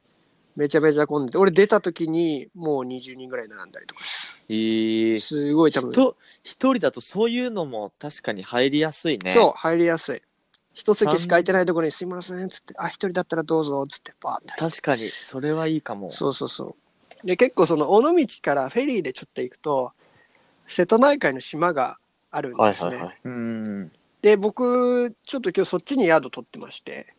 めちゃめちゃ混んでて俺出た時にもう20人ぐらい並んだりとか
えー、
すごい多分、
人、一人だとそういうのも確かに入りやすいね。
そう入りやすい一席しか空いてないところに「すいません」っつって「あ一人だったらどうぞ」っつってバーって入って
確かに、それはいいかも。
そうそうそうで結構その尾道からフェリーでちょっと行くと瀬戸内海の島があるん
はい
ですね、
はいはい。
うん。
で僕ちょっと今日そっちに宿取ってまして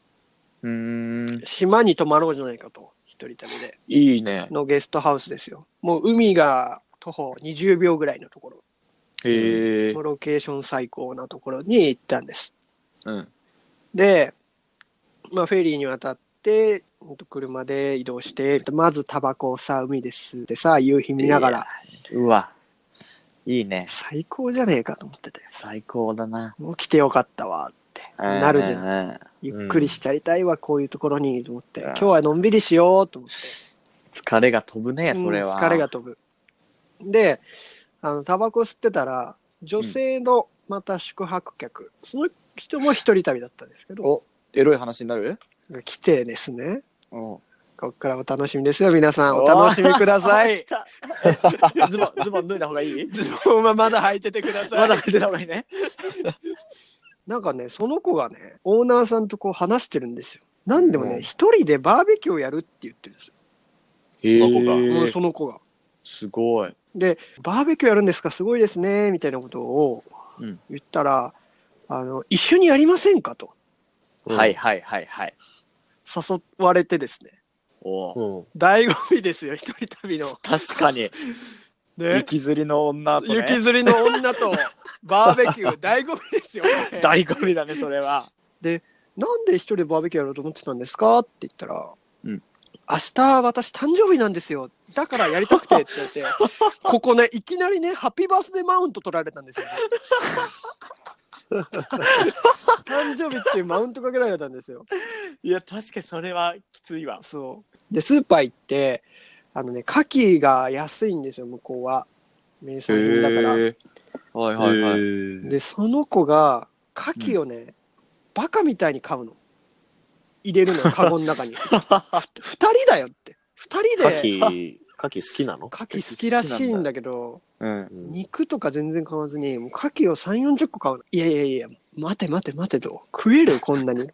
うーん。
島に泊まろうじゃないかと一人旅で
いいね。
のゲストハウスですよ。もう海が徒歩20秒ぐらいのところ、
へえ
もう。ロケーション最高なところに行ったんです。
うん。
で、まあ、フェリーに渡って、ほんと車で移動して、まずタバコをさ、海ですでさ、夕日見なが
いや
ら、
うわ。いいね。
最高じゃねえかと思ってて、
最高だな。
もう来てよかったわってなるじゃん。
ん。うん
ゆっくりしちゃいたいわ、こういうところにと思って、
うん
今日はのんびりしようと思って。
疲れが飛ぶね、それは。
うん疲れが。飛ぶであのタバコ吸ってたら女性のまた宿泊客、その人も一人旅だったんですけど
お、エロい話になる
来てですね
うん。
こっからお楽しみですよ皆さんお楽しみくださ
*laughs*
い
ズボ *laughs* ン、ズボン脱いだ方がいい
ズボンはまだ履いててくださ
*laughs* ま
い
だ脱いだ方がいいね。
なんかねその子がねオーナーさんとこう話してるんですよなんでも
う
ね
ん
一、人でバーベキューをやるって言ってるんですよ、
へ
の子が
うんその子が
すごい。
でバーベキューやるんですかすごいですねみたいなことを
うん
言ったら、あの一緒にやりませんかと
はい。はいはいはい。
誘われてですね
う
お
ん。
醍醐味ですよ一人旅の、
確か *laughs* に、
ね
行、きずりの女と
雪
ね。
吊りの女とバーベキュー醍醐味ですよ、これ
醍醐味だね、それは。
なんで一人でバーベキューやろうと思ってたんですかって言ったら、
うん
明日私誕生日なんですよ。だからやりたくてって言 *laughs* って、ここね、いきなりね、ハッピーバースデーマウント取られたんですよ、ね。 *laughs* 誕生日っていうマウントかけられたんですよ。
いや、確かにそれはきついわ。
そう。で、スーパー行って、あのね、牡蠣が安いんですよ、向こうは。名産品だから。
へーはいはいはい。
でその子が牡蠣をね、バカみたいに買うの入れるのよカゴの中にふ2人だよって2人
牡
で
蠣、牡蠣好きなの
牡蠣好きらしいんだけど
うん。
うん
肉とか全然買わずにもう牡蠣を3 4 0個買うのいやいやいや待て待て待てと食えるこんなに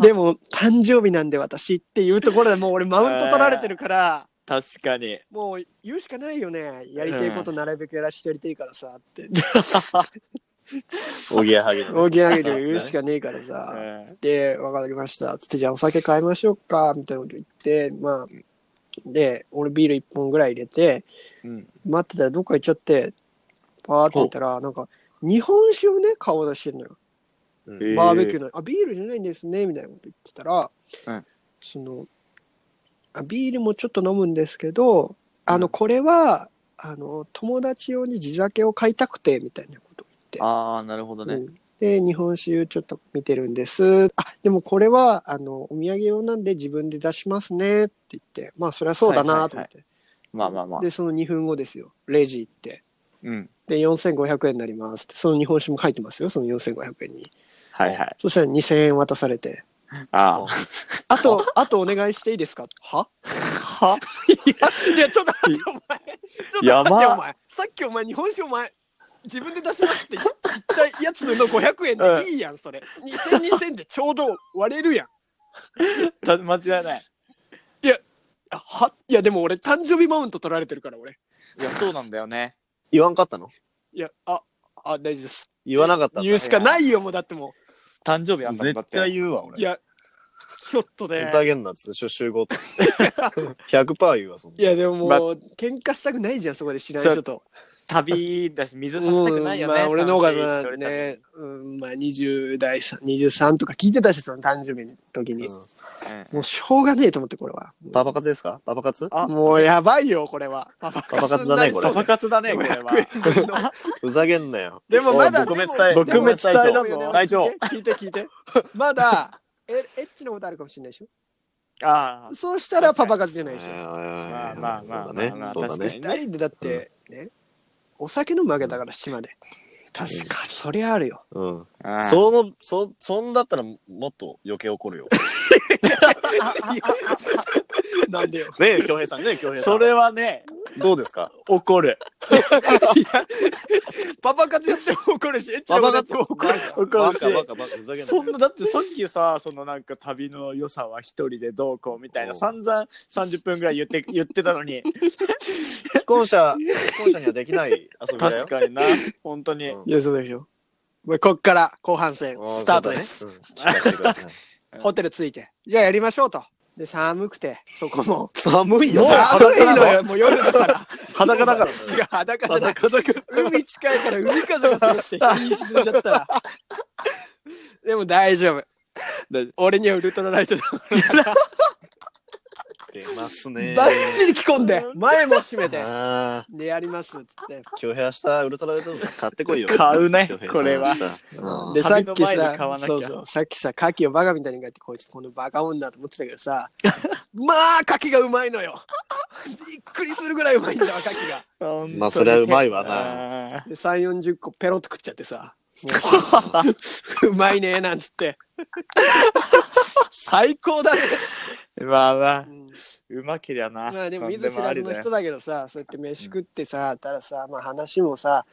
でも誕生日なんで私っていうところでもう俺マウント取られてるから
確かに。
もう言うしかないよねやりたいことなるべくやらしてやりたいからさって
おぎやはぎの
大きなげで言うしかねえからさで、わかりました。つって、じゃあお酒買いましょうか、みたいなこと言って、まあ、で、俺ビール1本ぐらい入れて、
うん
待ってたらどっか行っちゃって、パーって行ったら、なんか、日本酒をね、顔出してるのよ。
うん
バーベキューの、あ、ビールじゃないんですね、みたいなこと言ってたら、
うん
そのあ、ビールもちょっと飲むんですけど、あの、これは、あの、友達用に地酒を買いたくて、みたいなことを言って。
ああ、なるほどね。
うんで日本酒ちょっと見てるんですあでもこれはあのお土産用なんで自分で出しますねって言ってまあそりゃそうだなと思って、
まあまあまあ。
でその2分後ですよレジ行って
うん。
で4500円になりますってその日本酒も書いてますよその4500円に
はいはい。
そしたら2000円渡されて
あ
あ *laughs* とあとお願いしていいですかははいやいやちょっと待ってお前ちょっと待って
やば
お前さっきお前日本酒お前自分で出しますって言ったやつの500円でいいやんそれ20002000でちょうど割れるやん
あ。 *laughs* た *laughs* 間違いない。
あはいやでも俺誕生日マウント取られてるから俺
いや、そうなんだよね。
言わんかったの
いやああ大丈夫です
言わなかったんだ
言うしかないよもうだっても
誕生日あったんだ
絶
って。
対言うわ、
うい
俺。
やちょっとね
ふざけんな、通称集合って。100%言うわ、そん
い
な。
やでももう、
ま
喧嘩したくないじゃんそこで知らない人と
旅だし、水さしたくないよ
うん
ね。
まあ、俺の方
楽しい一人
が
旅
ね、うんまあ、20代さん23とか聞いてたしその誕生日の時に、
うん
もうしょうがねえと思ってこれは
パパ活ですかパパ活
あもうやばいよこれ *laughs* はパパ
パパ活だねこれ
パパ活だね、これは。
ふざけんなよ。
でもまだ
おい撲滅隊
でも
撲滅隊
で
長
もでもでも
隊長
聞いて聞いて聞いてまだえエッチなことあるかもしれないでしょ
ああ。
そうしたらパパ活じゃないでしょ
ま
あまあ
そうだ
まあまあ
ね
まあ。
そうだ
確か
ね
に。
二人でだって、ね、お酒飲むわけだから、島で。
確
かに。そりゃあるよ。
うん。
ああ
その、そ、そんだったらもっと余計怒るよ。
*laughs* なんでよ。
ねえ、京平さん、ねえ、京平さん。
それはね、
どうですか
*laughs*
怒る。
パパ活やっても怒るし、エッチな
パ
ことやっ
パ活
ても怒るし。
怒るし
バカバカバカ、ふざけんな
そん
よ。
な、だってさっきさ、 *laughs* そのなんか旅の良さは一人でどうこうみたいな、
うん
散々30分ぐらい言 *laughs* って、言ってたのに。
既婚者、既婚者にはできない遊びだよ
確。かにな。本当に。
いや、そうでしょ。まあこっから後半戦、
うん
スタートです。。
そうだねうん聞かせてください
ホテル着いて。じゃあやりましょうと。で、寒くて、そこも。
寒い
も
よ
う。
裸
寒いのよ、もう夜だから。
裸だから。
*laughs* いや、裸じゃない。海近いから海風がすご *laughs* くて、日に沈んじゃったら。でも大丈夫。俺にはウルトラライトだ
*laughs* 出ますね。
バッチリ着込んで、前も閉 *laughs* めて、
ああ、
でやりますっつって。
京平明日、ウルトラレッド買ってこいよ。
買うね
恭平さん
これは
明日うん
で、さっ
旅の
き
前に買
さ
わ、なきゃ
そうそう、さっきさ、牡蠣をバカみたいに買って、こいつこのバカ女と思ってたけどさ、 *laughs* まあ、牡蠣がうまいのよ。 *laughs* びっくりするぐらいうまいんだわ、牡蠣が。
まあそりゃうまいわ
な。
で、3、40個ペロッと食っちゃってさ、
*laughs*
もううまいねなんつって。最高だね。
まあまあ
う、ん
うまけりゃな。
まあでも
何
見ず知らず
もあ
の
りだよ
人だけどさそうやって飯食ってさたらさまあ話もさ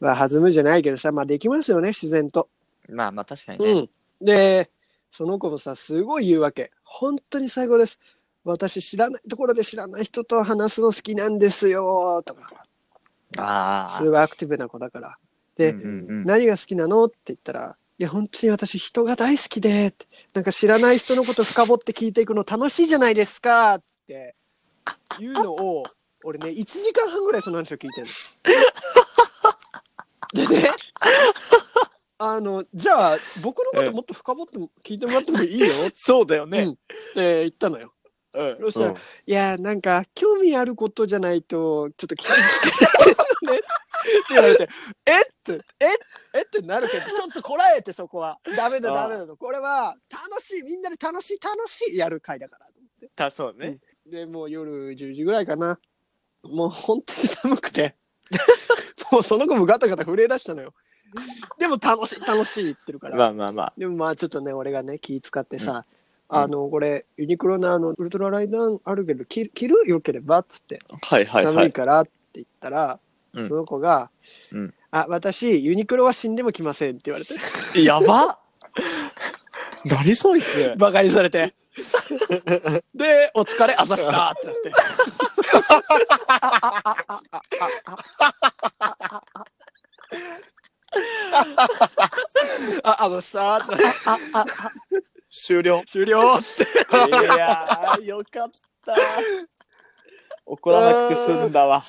まあ弾むじゃないけどさまあできますよね自然と。
まあまあ確かにね。
うん、でその子もさすごい言うわけ本当に最高です私知らないところで知らない人と話すの好きなんですよとか
ああ。
すごいアクティブな子だからで、
うんうんうん
何が好きなのって言ったらいや本当に私人が大好きでってなんか知らない人のこと深掘って聞いていくの楽しいじゃないですかっていうのを俺ね1時間半ぐらいその話を聞いてるの。でねあのじゃあ僕のこともっと深掘っても聞いてもらってもいいよ
そうだよね。
うんって言ったのよ。
うん。
そしたら、
うん
いやーなんか興味あることじゃないとちょっと聞かない
*laughs*
ね。って言われてえってええってなるけどちょっとこらえてそこはダメだ
あ
ダ
あ
メだとこれは楽しいみんなで楽しい楽しいやる回だからと思って
た、そうね。
でもう夜10時ぐらいかなもう本当に寒く
*laughs*
てもうその子もガタガタ震え出したのよでも楽しい楽しい言ってるから
まあまあまあ。
でもまあちょっとね俺がね気使ってさ、
うん
あのこれユニクロのあのウルトラライダーあるけど着着るよければっつって、
はいはいは
寒い
い。
からって言ったら、
うん
その子が、
うん
あ私ユニクロは死んでも来ませんって言われて *laughs*
やば *laughs* 何そいつ
バカにされてでお疲れあざしたってなってああざしたってなってあああ
終了。
終了って
いやー、よかった。怒らなくて済んだわ。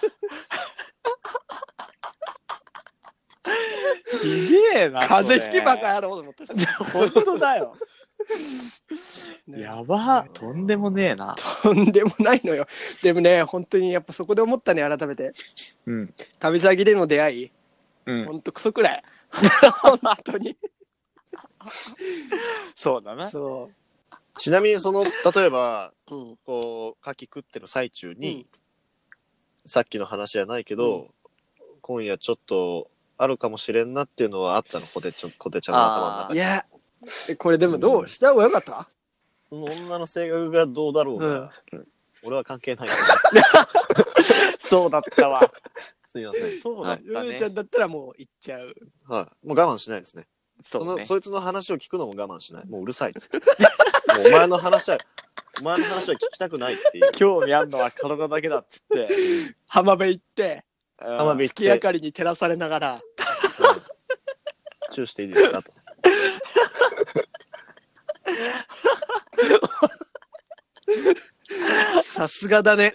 ひげえ
*laughs*
な。
風邪ひきバ
や。
カ野郎と思って
本当だよ。
*laughs* ね
やば。とんでもねえな。
とんでもないのよでもね本当にやっぱそこで思ったね改めて
うん。
旅先での出会い、
うん。
ほんとクソくらい *laughs* 本当に
そうだな。
そ
ちなみに、その、例えば、
う、うん、
こう、柿食ってる最中
に
に、さっきの話じゃないけど、今夜ちょっと、あるかもしれんなっていうのはあったの、こてちゃん、こてちゃんの頭の中
い
で。
やえこれでもどうした方がよかった
その女の性格がどうだろうが、俺は関係ないから。
そうだっ
*laughs*
たわ。
すいません。
そうだった
ゆうちゃ
ね。
んだったらもう行っちゃう
はい。もう我慢しないですね。そ
そうね
の、。そいつの話を聞くのも我慢しない。もううるさいっつって。もうお前の話は、お前の話は聞きたくない
*laughs*
っていう。
興味あんのは体だけだっつって。
浜辺行って
浜
浜辺行っ
月明
て、
かりに照らされながら
チューしていいですかと。
さすがだね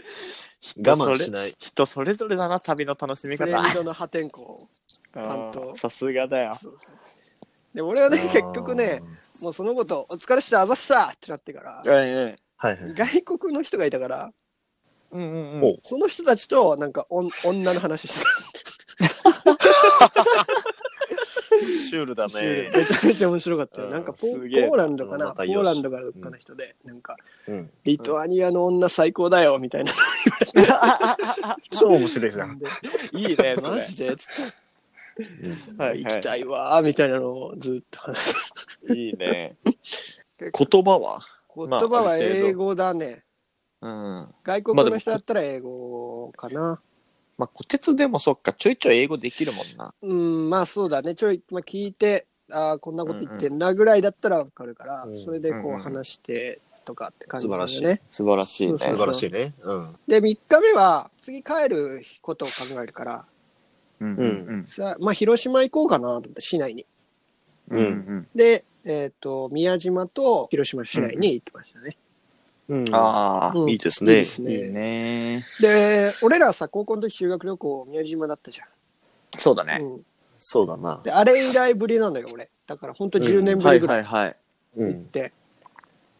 我慢しない。
人それぞれだな、旅の楽しみ
フレ
方
ン。ドの破天荒担当
さすがだよ。
そうそうで俺はね結局ねもうそのことお疲れっしたあざっしたってなってから
うん
あ
うん。
ー。はいはい。
外国の人がいたから
うんうん
お
その人たちとなんかおん女の話して
シュールだね。
ためちゃめちゃ面白かったよ
うん
なんかポポ
すげえ
ーランドかな
ま
ポ
たよ
ー
し
ランドからどっかの人でなんか
うん。
リトアニアの女最高だよみたいな
超面白いじゃん。
いいね、そ
マ
れ。
ジ
*laughs*
でつっ
は
て
い
行き
は
たいわーみたいなのをずっと話す
い。いいね。言葉は
*laughs* 言
まあ
葉は英語だね
うん。
外国の人だったら英語かな
まあ、こてつでもそっか、ちょいちょい英語できるもんな。
うんまあそうだねちょい、まあ、聞いてあーこんなこと言ってんなぐらいだったらわかるから、
うん
それで
うん
こ
うん
う話してとかって感じ
素
だ
晴
よ
ら
ね
しい
素晴らしい
そ
ね。
うそう
素晴らしいね。うん。
で3日目は次帰ることを考えるから
うん
うん
さまあ広島行こうかなと思って市内に
うんうん。
でえっ、と宮島と広島市内に行ってましたね、
うん
ああ、
うん
いいです
いい
ね
で。す
いい
ね
ね。
で俺らさ高校の時修学旅行宮島だったじ
そうだ
ゃん、
ね。
うん、
そうだな。
であれ以来ぶりなのよ俺だからほんと10年ぶ
は
り
い
ぐらい
はいはい。
う
行っ
ん。
て、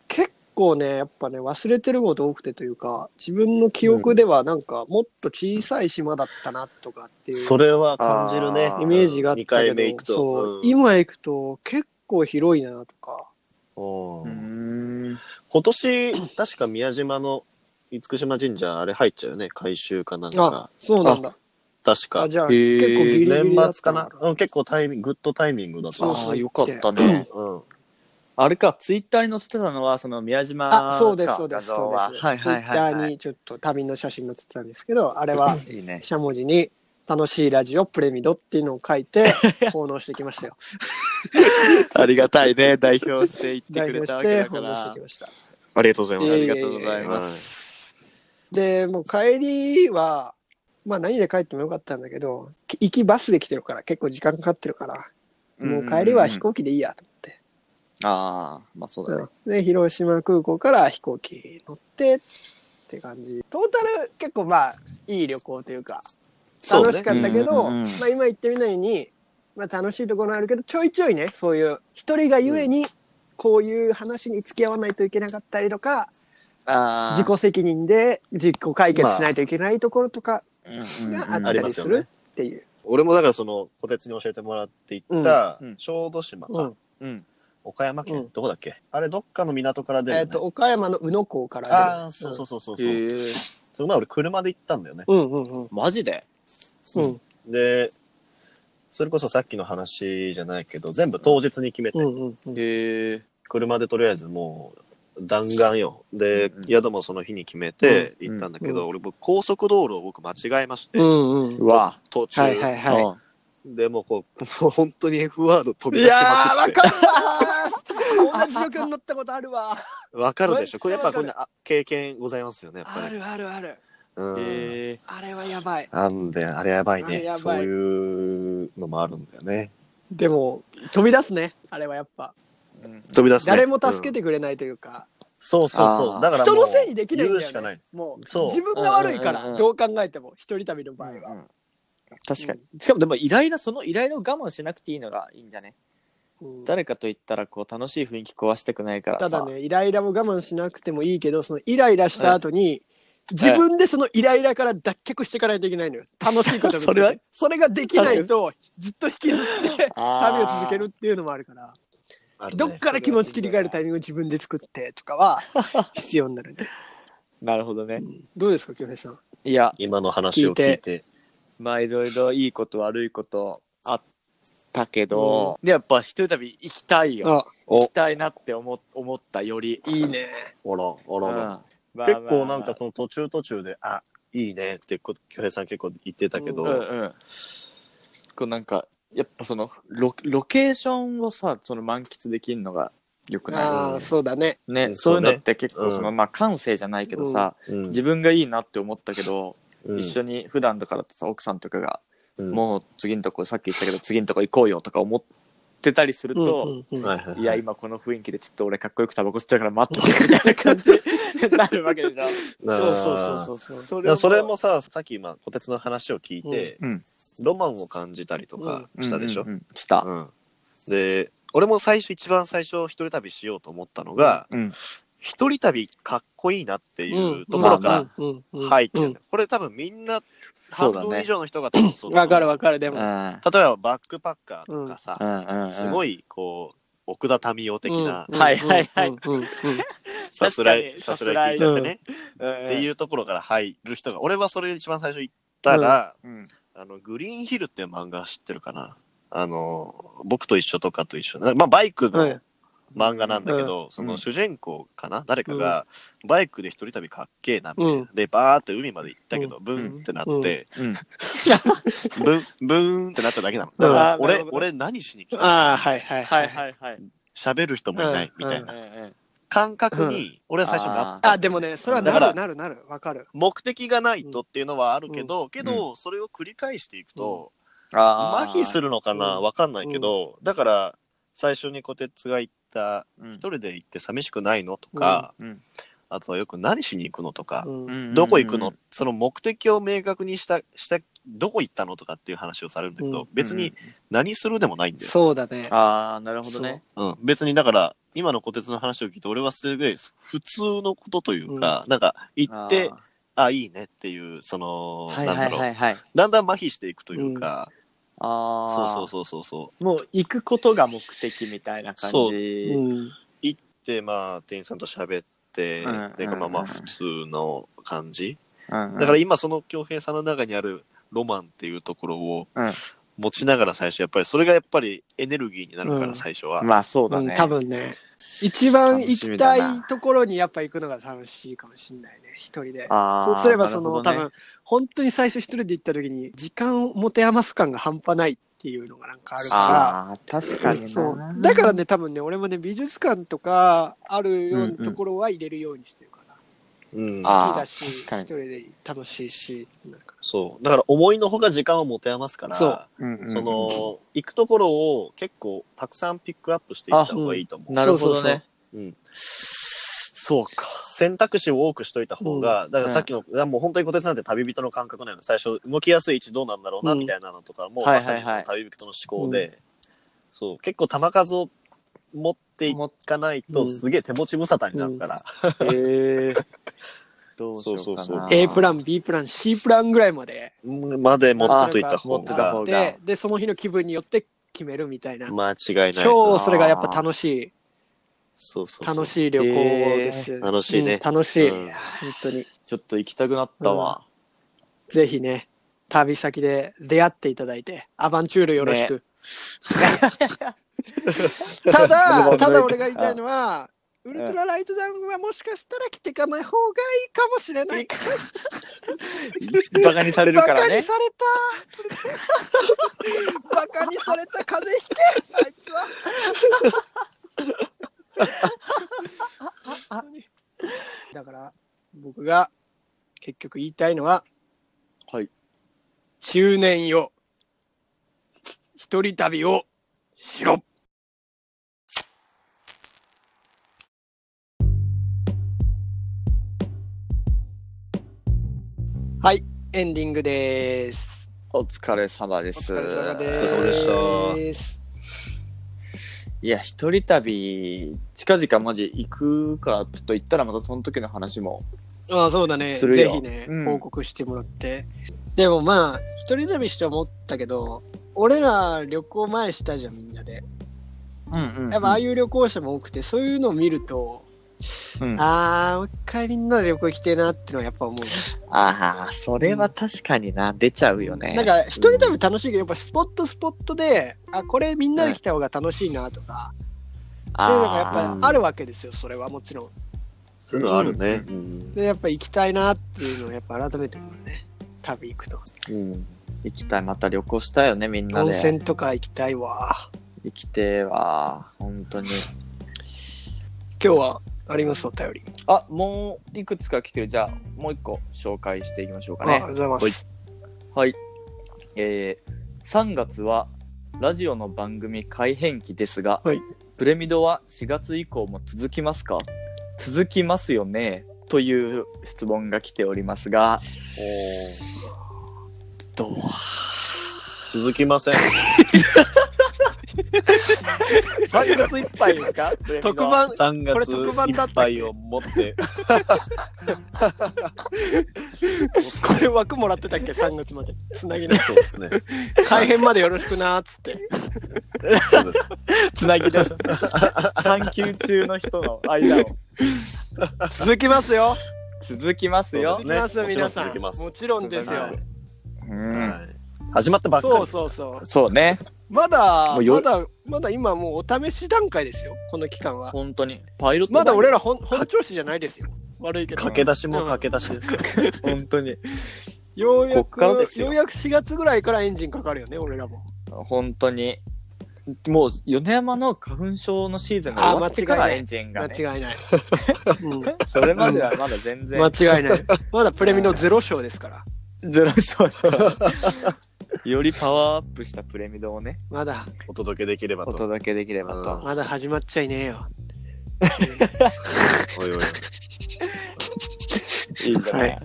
結構ねやっぱね忘れてること多くてというか自分の記憶ではなんかもっと小さい島だったなとかっていう
それは感じるね
あ。ー
イメージがあったけ
2回目
ど
行くと。
そう、
うん
今行くと結構広いなとか
おー
ん。
今年、確か宮島の厳島神社、あれ入っちゃうよね。改修かなんか。
そうなんだ
確
あ
か。
じゃあ
へ
結
ー
構ギリギリ
年
だっ
末
た
か
の
な。うん、結構タイミング、グッドタイミングだった。
あ
そ
あ、
う
よかったね。
うん。
あれか、ツイッターに載せてたのは、その宮島
あ
か
そうですそうです
画像
そう
は
です
はいはい
ツイ
はい
ッタ
は
ー
い。
にちょっと旅の写真載ってたんですけどあれはい
いね。
しゃもじに「楽しいラジオプレミド」っていうのを書いて奉納してきましたよ
ありがたい
*laughs*
ね。代表して行って
代
くれ
表
た
し
わけ
て
だか
奉納して
ら
き。ました
ありがとうございます。
あ
え
りがとうございます。
でもう帰りはまあ何で帰ってもよかったんだけどき行きバスで来てるから結構時間かかってるからもう帰りは飛行機でいいやと思って、
ああ、まあそうだね。
うんで広島空港から飛行機乗ってって感じトータル結構まあいい旅行というか
そうね
楽しかったけど、
うんうんうん
まあ、今言ってみたいに、まあ、楽しいところあるけどちょいちょいねそういう一人がゆえにこういう話に付き合わないといけなかったりとか、
あ
自己責任で自己解決しないといけないところとか
己
があっ
あ
た
り
り
ます
す
よ
る
ね
っていう。
俺もだからその、小鉄に教えてもらって行った
うんうん、
小豆島か、
うん
うん
岡山県、
うん
どこだっけあれ、どっかの港から出る、ね。
えっと、岡山の宇野港から出る。
ああ、そうそうそうそうそう。
へえ
その前俺車で行ったんだよね。
うんうんうん。
マジで
うん
で、それこそさっきの話じゃないけど、全部当日に決めて、
うんうんうん。
へえ
車でとりあえずもう弾丸よ。で、
うんうん
宿もその日に決めて行ったんだけど、
う
俺僕高速道路を僕間違えまして、
うんうん。
わ
途中、
はいはいはい。
うん
でもうこう、もう本当に F ワード飛
い
び出し
や
ま
ー、
くっ
わ
て。
かるわー同じ状況になったことあるわ。
わかるでしょこれやっぱ
わか
こ
る
んなあ経験ございますよね、やっぱ
あ
り。
るあるある。
うん。
へえ
あれはやばい。
なんで、あれやばい
あれ
ね
やばい
そういうのもあるんだよね。
でも、飛び出すね。あれはやっぱ。
飛び出す、ね。
誰も助け
て、
てくれないというか、
そうそうそう。
あー
だからも
人
う
のせいにできないん
言う
だ
しか
よ
ない
ね。。もう、
そう
自分が悪いか
うんうんうんう
ら、
ん
どう考えても、一人旅の場合は。
確かにしかもでも依頼だその依頼を我慢しなくていいのがいいんだね
うん
誰かと言ったらこう楽しい雰囲気壊したくないから
た
さ
だね、イライラも我慢しなくてもいいけど、そのイライラした後に、自分でそのイライラから脱却していかないといけないのよ。楽しいことを見つけて
それは
それができないと、ずっと引きずって、
あー
旅を続けるっていうのもあるから、
あるね
どっから気持ち切り替えるタイミングを自分で作ってとかは必要になるね。
なるほどね
どうですか、京平さん。
いや
今の話を聞いて。
まあいろいろいいこと悪いことあったけど、でやっぱ一人旅行きたいよ
あ、
行きたいなって思思ったより、
いいね。
おら、おらおら。
うん
結構なんか
そ
その途中途中で、あ、いいねってこと、京平さん結構言ってたけど、
うんうんこうなんかやっぱそのロロケーションをさその満喫できるのがよくな
ああ、そうだね。
いね、
うん
そ
そう
ういうの
ね
って結構その、
う
まあ感性じゃないけどさ、
うん
自分がいいなって思ったけど、
うん
一緒に普段とかだとさ奥さんとかが、
うん
もう次のとこさっき言ったけど次のとこ行こうよとか思ってたりする
うん
と、
うんうん
はいはいはい
や、今この雰囲気でちょっと俺かっこよくタバコ吸ってるから待っててみたいな感 *laughs* じになるわけでしょ。
なあ
そうそうそう。そ
だからそれもさ、さっき今、小鉄の話を聞いて、
うん
ロマンを感じたりとかしたでしょ、
う
うん
うんうんした。
で、俺も最初、一番最初、一人旅しようと思ったのが、
うん。
一人旅かっこいいなっていうところか
うんうんうんうん
ら入ってる、これ多分みんな、半
そうだね
分以上の人が多分そうだ
わかる
わ
わかる、で
うん。
も。
う
例えばバックパッカーとかさ、
ん。うん。
す
い。
ごい、こう、奥田民生的な
うん
はいはいはい。
うんうんうん
さすら
確か
い、
に
さすらい聞いちゃってね、
っ。
っていううところから入る人が、俺はそれ一番最初行ったら、
うん。
あの、グリーンヒルっていう漫画知ってるかなあの、僕と一緒とかと一緒。なまあ、バイク
うん
の漫画なんだけど、そうの
ん
主人公かな、誰かが、バイクで一人旅かっけえな、みたいな。
うん
で、バーって海まで行ったけど、ブンってなって、
うん。
ブン、ブーンってなっただけなの。だから
あ、ーな
俺、
るほどね
俺何しに来た
ああ、はいはい
はいはいはい。
喋る人もいない、みたい
うん
な
うん
感覚に、俺は最初なった
あ、でもね、それはな
だか
る
ら
なるなる、わかる。
目的がないとっていうのはあるけど、けど、それを繰り返していくと、
ああ。
麻痺するのかな
うん
わかんないけど、だから、最初に小鉄が言った、
うん
一人で行って寂しくないのとか、
うんうん
あとはよく何しに行くのとか、
うん
うん
どこ行くの、その目的を明確にした、した、どこ行ったのとかっていう話をされるんだけど、
うん
別に。何するでもないんだよ。
そうだね。
ああ、なるほどね。
うん、別にだから、今の小鉄の話を聞いて、俺はすごい普通のことというか、なんか行って、あいいねっていう、その、
あー、はい
なん
は
だ
い
ろう。
はいはい。
だんだん麻痺していくというか、
ああ。。
そうそうそうそうそう
もう行くことが目的みたいな感
そう
じ。
うん
うでまあ店員さんと喋って、
うん
で
うん
まあまあ
うん
普通の感じ、
うんうん
だから今その恭平さんの中にあるロマンっていうところを
うん
持ちながら最初やっぱりそれがやっぱりエネルギーになるか
うん
ら最初は、
まあそうだ
う
ね
ん。多分ね、一番
楽
行
しみ
き
だ
たい
な
ところにやっぱ行くのが楽しいかもしれないね、一人で。
あー
そうすればその、
な
多
るほどね
分、本当に最初一人で行った時に、時間を持て余す感が半端ないっていうのがなんかあるから。
ああ確かに
そう
な
だからね多分ね俺もね美術館とかあるようなところは入れるようにしてるかな、
うん
あー
好きだし
確か
一人
に
で楽しいしなんか
そうだから思いのほか時間を持て余すから
そう
うんうん
その行くところを結構たくさんピックアップしていった方がいいと思う
なるほど
そ
ね
うそう
うん
そうか
選択肢を多くしといた方が、だからさっきの、いやもう本当に小鉄なんて旅人の感覚なのよ最初動きやすい位置どうなんだろうな、
うん
みたいなのとかも、
はい
ま
は
さ
いはい
にその旅人の思考で、そう結構球数を持っていかないと、
うん
すげえ手持ち無沙汰になるから。
えー、どうしようかな。
そうそうそう
A プラン B プラン C プランぐらいまで
うんまで持っといた方
持ってた
が
方
で
が。
でその日の気分によって決めるみたいな
間違いない。
超それがやっぱ楽し
そうそう
い
そう
楽しい旅行です、
えー楽しいね
うん楽しい、
うん
本当に
ちょっと行きたくなったわ。
ぜひね旅先で出会っていただいてアバンチュールよろしく、 *laughs* た
*laughs*
だただ俺が言いたいのはウルトラライトダウンはもしかしたら着てかない方がいいかもしれない
バカにされる
バ
から
カに
ね。
されたバカにされた風邪ひけあいつはだから僕が結局言いたいのは
はい
中年よ一人旅をしろはいエンディングです
お疲れ様で
お
す。
疲れ様です
お疲れ様でした
いや、一人旅、近々マジ行くから、ちょっと行ったらまたその時の話も。
ああそうだね
するよ
ぜひね、
うん
報告してもらってでもまあ一人旅して思ったけど俺ら旅行前したじゃんみんなで
うんうん、
やっぱああいう旅行者も多くてそういうのを見ると、
うん
ああもう一回みんなで旅行行きてえなってのはやっぱ思う、
ああ、それは確かにな、出ちゃうよね。
なんか一人旅楽しいけどやっぱスポットスポットであこれみんなで来た方が楽しいなとか、っていうのがやっ
あ
ぱあるわけですよそれはもちろん
そういうのあるね。うん
でやっぱ行きたいなっていうのをやっぱ改めて思うね旅行くと
うん行きたい、また旅行したいよね、みんな
温
で。
泉とか行きたいわ
行きてえわ、本当に。
今日はありますお便り
あ、もういくつか来てる。じゃあ、もう一個紹介していきましょうか
あありが。とう
ね
ございます。
はい。えー、3月はラジオの番組改編期ですが、
はい
プレミドは4月以降も続きますか続きますよねという質問が来ておりますが、どう
続きません。
?3 月いっぱいで
*laughs*
すかプレミド
特番
3
これ
月
特番だ
い
ったっけ
っぱいを持って、
これ枠もらってたっけ3月までつなぎの
そうですね。
改編までよろしくなーっつって
そうです
つなぎで、産休中の人の間を。
続きますよ
続きますよ。
そう
続き
ですね
ますよ皆さ
もちろん
ん
続きま
もちろんで
す
すよ、
はい
うん、
はい始まったばっかり
そう
です。
そうそう
そうね。
まだ
もうよ
まだまだ今もうお試し段階ですよこの期間は
本当に。パイロット
まだ俺ら本本調子じゃないですよ悪いけど
駆け出しも駆け出しです。
本当に。
ようや
こっ
く
からですよ
ようやく4月ぐらいからエンジンかかるよね俺らも
本当に。もう米山の花粉症のシーズンが終わってか
あー間違いな
ら
い
エンジンが、ね、
間違い
*laughs*
ない、うん
それまではまだ全然
間違い
*laughs*
ないまだプレミのゼロ勝ですから
ゼロ勝ですからよりパワーアップしたプレミドをね
まだ
お届けできれば
お
と。
届けできれば
う
と
ん
まだ始まっちゃいねえよ
おいおい。
いいんじゃない、
は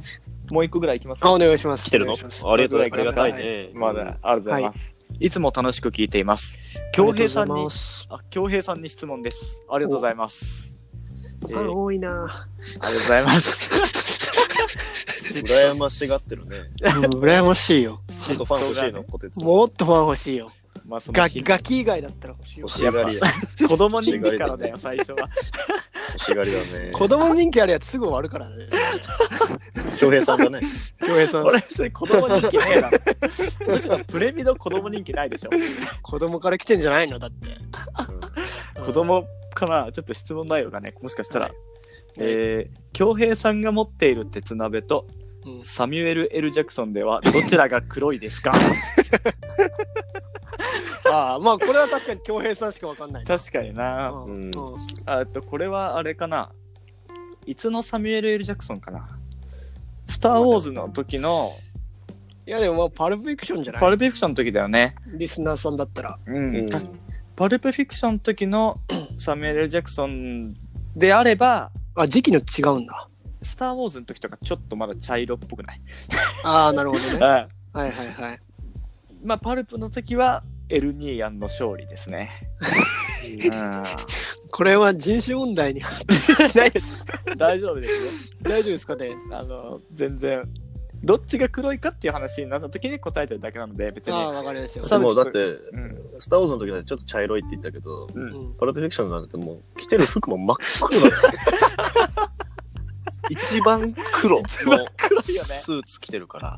もう一個ぐらいいきます
あお願いします
来てる
お願
の
いします
ありがとう
お願いし
あ
ま
り
す
がたいね。
まだありがとうございます、い、つも楽しく聞いています
恭平
恭平
さ
さ
ん
ん
に
に。あ恭平さんに質問ですありがとうございます、えー
あ多いな。
ありがとうご *laughs* ざいます
羨ましがってるね。
羨ましい *laughs* よ。
ちょっとファン欲しいの、ポテツ。
もっとファン欲しいよ。
まあその
ガキガキ以外だったら欲しいよ
欲。しがりだ。
子供人気からだよ最初は
欲しがりだね。
子供人気あるやつすぐ終わるからね。 *laughs*
恭平さんだね。
恭平さん、
俺それ子供人気ねえなむしろプレミド子供人気ないでしょ
子供から来てんじゃないのだって。
子供からちょっと質問内容がねもしかしたら、
はい
えー、恭平さんが持っている鉄鍋と
うん
サミュエル・ L ・ジャクソンではどちらが黒いですか
ああ、まあこれは確かに恭平さんしかわかんないな。
*laughs* 確かにな
うん
うん
うん
あえっとこれはあれかないつのサミュエル・ L ・ジャクソンかなスター・ウォーズの時の
いやでもまあパルプフィクションじゃな
パ
い
ルプフィクションの時だよね、
リスナーさんだったら。
うん
うん
たパルプフィクションの時のサミュエル・L ・ジャクソンであれば
あ、時期の違うんだ。
スター・ウォーズの時とかちょっとまだ茶色っぽくない、
*laughs* ああ、なるほどね。
うん
はいはいはい。
まあ、パルプの時はエルニーヤンの勝利ですね。う
これは人種問題に発展しないです。
ん、大丈夫です
*laughs* 大丈夫ですかね
よ。あの、全然、どっちが黒いかっていう話になった時に答えてるだけなので、別
ああ、
に。
わかりました
さ
で
よ。
もだって、
うん、
スター・ウォーズの時だってちょっと茶色いって言ったけど、
う。
うんん
パルプフィクションなんてもう着てる服も真っ黒だよ一番黒のス
黒いよね。
ーツ着てるから、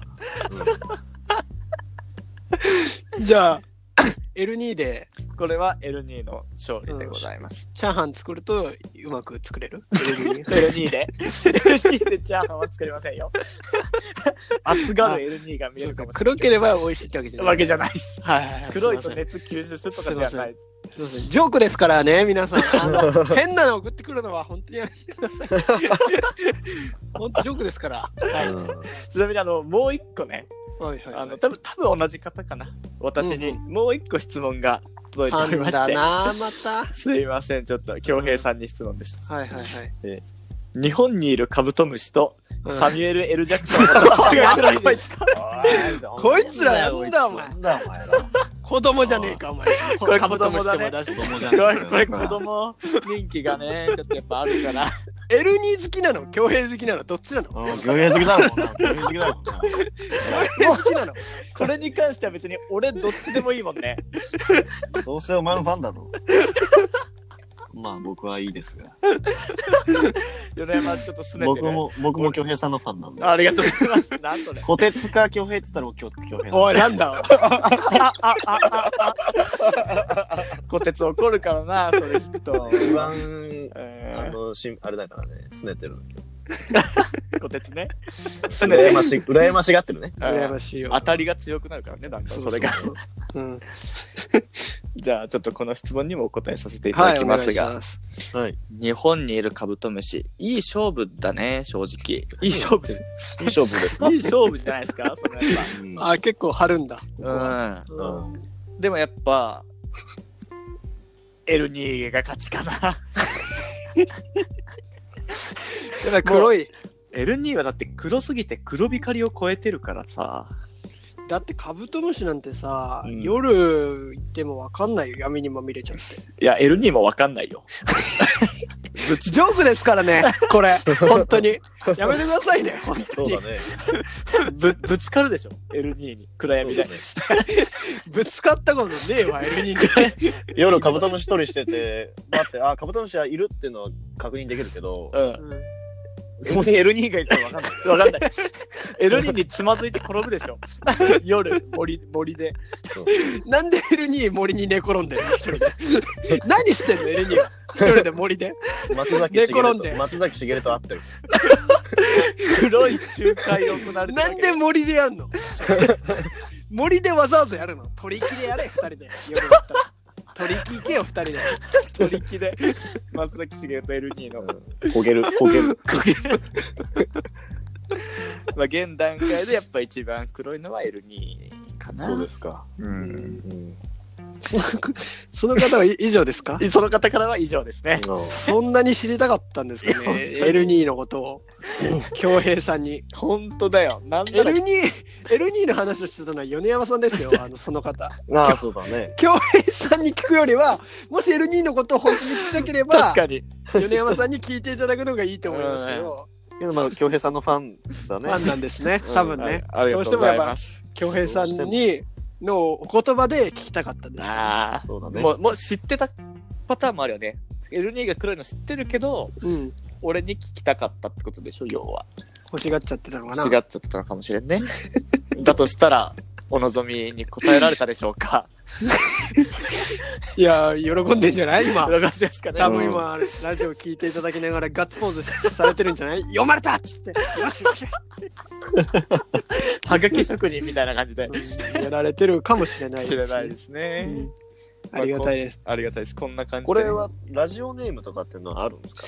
じゃあ、L2 で
これはエルニーの勝利でございます。
チャーハン作るとうまく作れる
エルニーで。エルニーでチャーハンは作れません
*laughs*
よ。熱がるエルニーが見
そ
え
う
るか
か
もしれ
黒ければ美味しいってわけじゃ
ない。
ない。
わけじゃないです。
はいはいはい。
黒いと
すません。
熱吸収するとかではないです。
すいませんジョークですからね、皆さん。あの変なの送ってくるのは本当にやめてください。
*laughs*
本当ジョークですから。はい。
うん
ちなみにあのもう一個ね、
はいはい、
あの多分多分同じ方かな。私に
うん
もう一個質問が届いて
フ
お
ァ
り
ン
まし
だ
て、
な、また。
すいませんちょっと恭平さんに質問です。
はいはいはい。
日本にいるカブトムシと
うん
サミュエル・エル・ジャクソンの
*laughs*
どっちが黒いですか？
こいつらやんだお前
なんだお前ら
子供じゃねえか、お前。こ
れ
カブトムシとか
子供だ
出して。
供じゃ
こ
ねえ
れ *laughs* これ子供人気がねちょっとやっぱあ
*laughs*
るから。
エルニー好きなの強兵好きなのどっちなの
うん魚影好きだろうな魚影好きだろうな
強兵好きなの
これに関しては別に俺どっちでもいいもんね。
どうせお前のファンだろう。まあ僕はいいですが。
米山ちょっとすねて
僕
る。
も、僕も京平さんのファンなんで。
ありがとうござい
*laughs*
ます。なんそれ。
小鉄か京平って言ったら京京平なん
おい、なんだ
小鉄怒るからなそれ聞く
*laughs*
と。
一番、
え
あ
ー
の、しあれだからね、拗ねてる。
小鉄ね。すね
羨まし、羨ましがってるね。
羨ましいよ。
当たりが強くなるからね、だんだんそれが。
うん。
じゃあ、ちょっとこの質問にもお答えさせていた
は
だ
い、
き
お
ま
願い
す
し
が、
ます。
はい。
日本にいるカブトムシ、いい勝負だね、正直。いい勝負い
いい勝負ですか
い勝負じゃないです *laughs* か、それや
うん
あ、結構張るんだ。
っぱ。
う
うん
ん。
うん。でもやっぱ、エルニーゲが勝ちかな。
やっぱり黒い。
エルニーはだって黒すぎて黒光りを超えてるからさ。
だってカブトムシなんてさ、
うん
夜行ってもわかんないよ。闇にまみれ *laughs* ちゃって。
いや、エルニーもわかんないよ。
ジョークですからね、こ *laughs* れ。本当に。やめてください *laughs* ね、本当
そう
に
だ。ね。
ぶ、ぶつかるでしょ、エルニーに。暗
そ
闇
う
で
だ。ね
ぶつかったことねえわ、エルニーに。
夜カブトムシ取りしてて、待って、あ、カブトムシはいるっていうのは確認できるけど、
うん。
そこにエルニーがいたらわかんない。
わかんない。エルニーにつまずいて転ぶでしょ。夜、森、森で。
なんでエルニー森に寝転んでんの一人 *laughs* で何してんのエルニーは一人で森で
松崎
寝
しげる
転んで
と、松崎しげると会ってる。
黒い集会を行われてる
な
わけ
ん
で
で森でやん *laughs* の森でわざわざやるの取り木でやれ二人で夜だったら取り木行けよ二人で *laughs*
取り木で、松崎しげるとエルニーの。
焦げる、焦げる。
*laughs* まあ、現段階でやっぱ一番黒いのはエルニーかな。
そうですか。
うん。
うん
その方は以上ですか
その方からは以上ですね。
そんなに知りたかったんですかねエルニーのことを恭平さんに
ほんとだよ。なん
エ
なら
ルニーエルニーの話をしてたのは米山さんですよあのその方
ああ、そうだね。
恭平さんに聞くよりはもしエルニーのことを本当に聞きたければ
確かに。
米山さんに聞いていただくのがいいと思いますけど、
けどまあ、京平さんのファンだ
フ
ね。
ァンなんですね、
うん
多分
はい
ね。
ありがとうございます。
恭平さんにのお言葉で聞きたかったんです。
あ
そうだ
あ。
ね。
もう、もう知ってたパターンもあるよね。エルニーが黒いの知ってるけど、
うん、
俺に聞きたかったってことでしょ、要は。
欲しがっちゃってたのかな。
違っちゃったのかもしれんね。 *laughs* だとしたら、お望みに応えられたでしょうか。
いやー、喜んでんじゃない今。
裏側ですかね。
多分今、ラジオ聞いていただきながらガッツポーズされてるんじゃない読まれたっつって。よしよし、
はがき職人みたいな感じで。
うんやられてるかもしれない
知れないですね。
うんありがたいです。
ありがたいです。こんな感じで。
これはラジオネームとかっていうのはあるんですか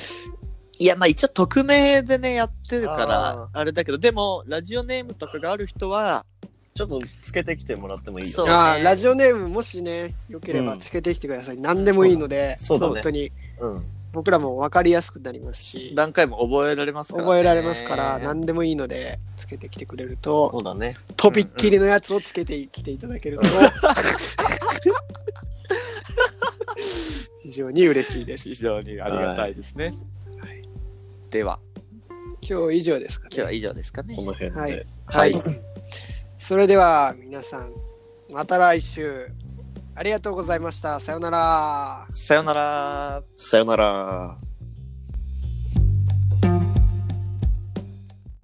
いや、まあ一応匿名でね、やってるか
あ
ら、あれだけど、でも、ラジオネームとかがある人は、
ちょっとつけてきてもらってもいいよ。
そう
あー
ね
ラジオネームもしね、よければつけてきてください。何でもいいので、
そうだね
本当に
うん。
僕らも分かりやすくなりますし
何回も覚えられますから、ね。
覚えられますから何でもいいのでつけてきてくれると
うだね。
とびっきりのやつをつけてきていただけると非常に嬉しいです
非常にありがたいですね。はいでは、
今日以上ですか
今日は以上ですかね
こ。の辺で。
はい
はい。
それでは皆さんまた来週ありがとうございましたさようなら
さよなら。
さよなら。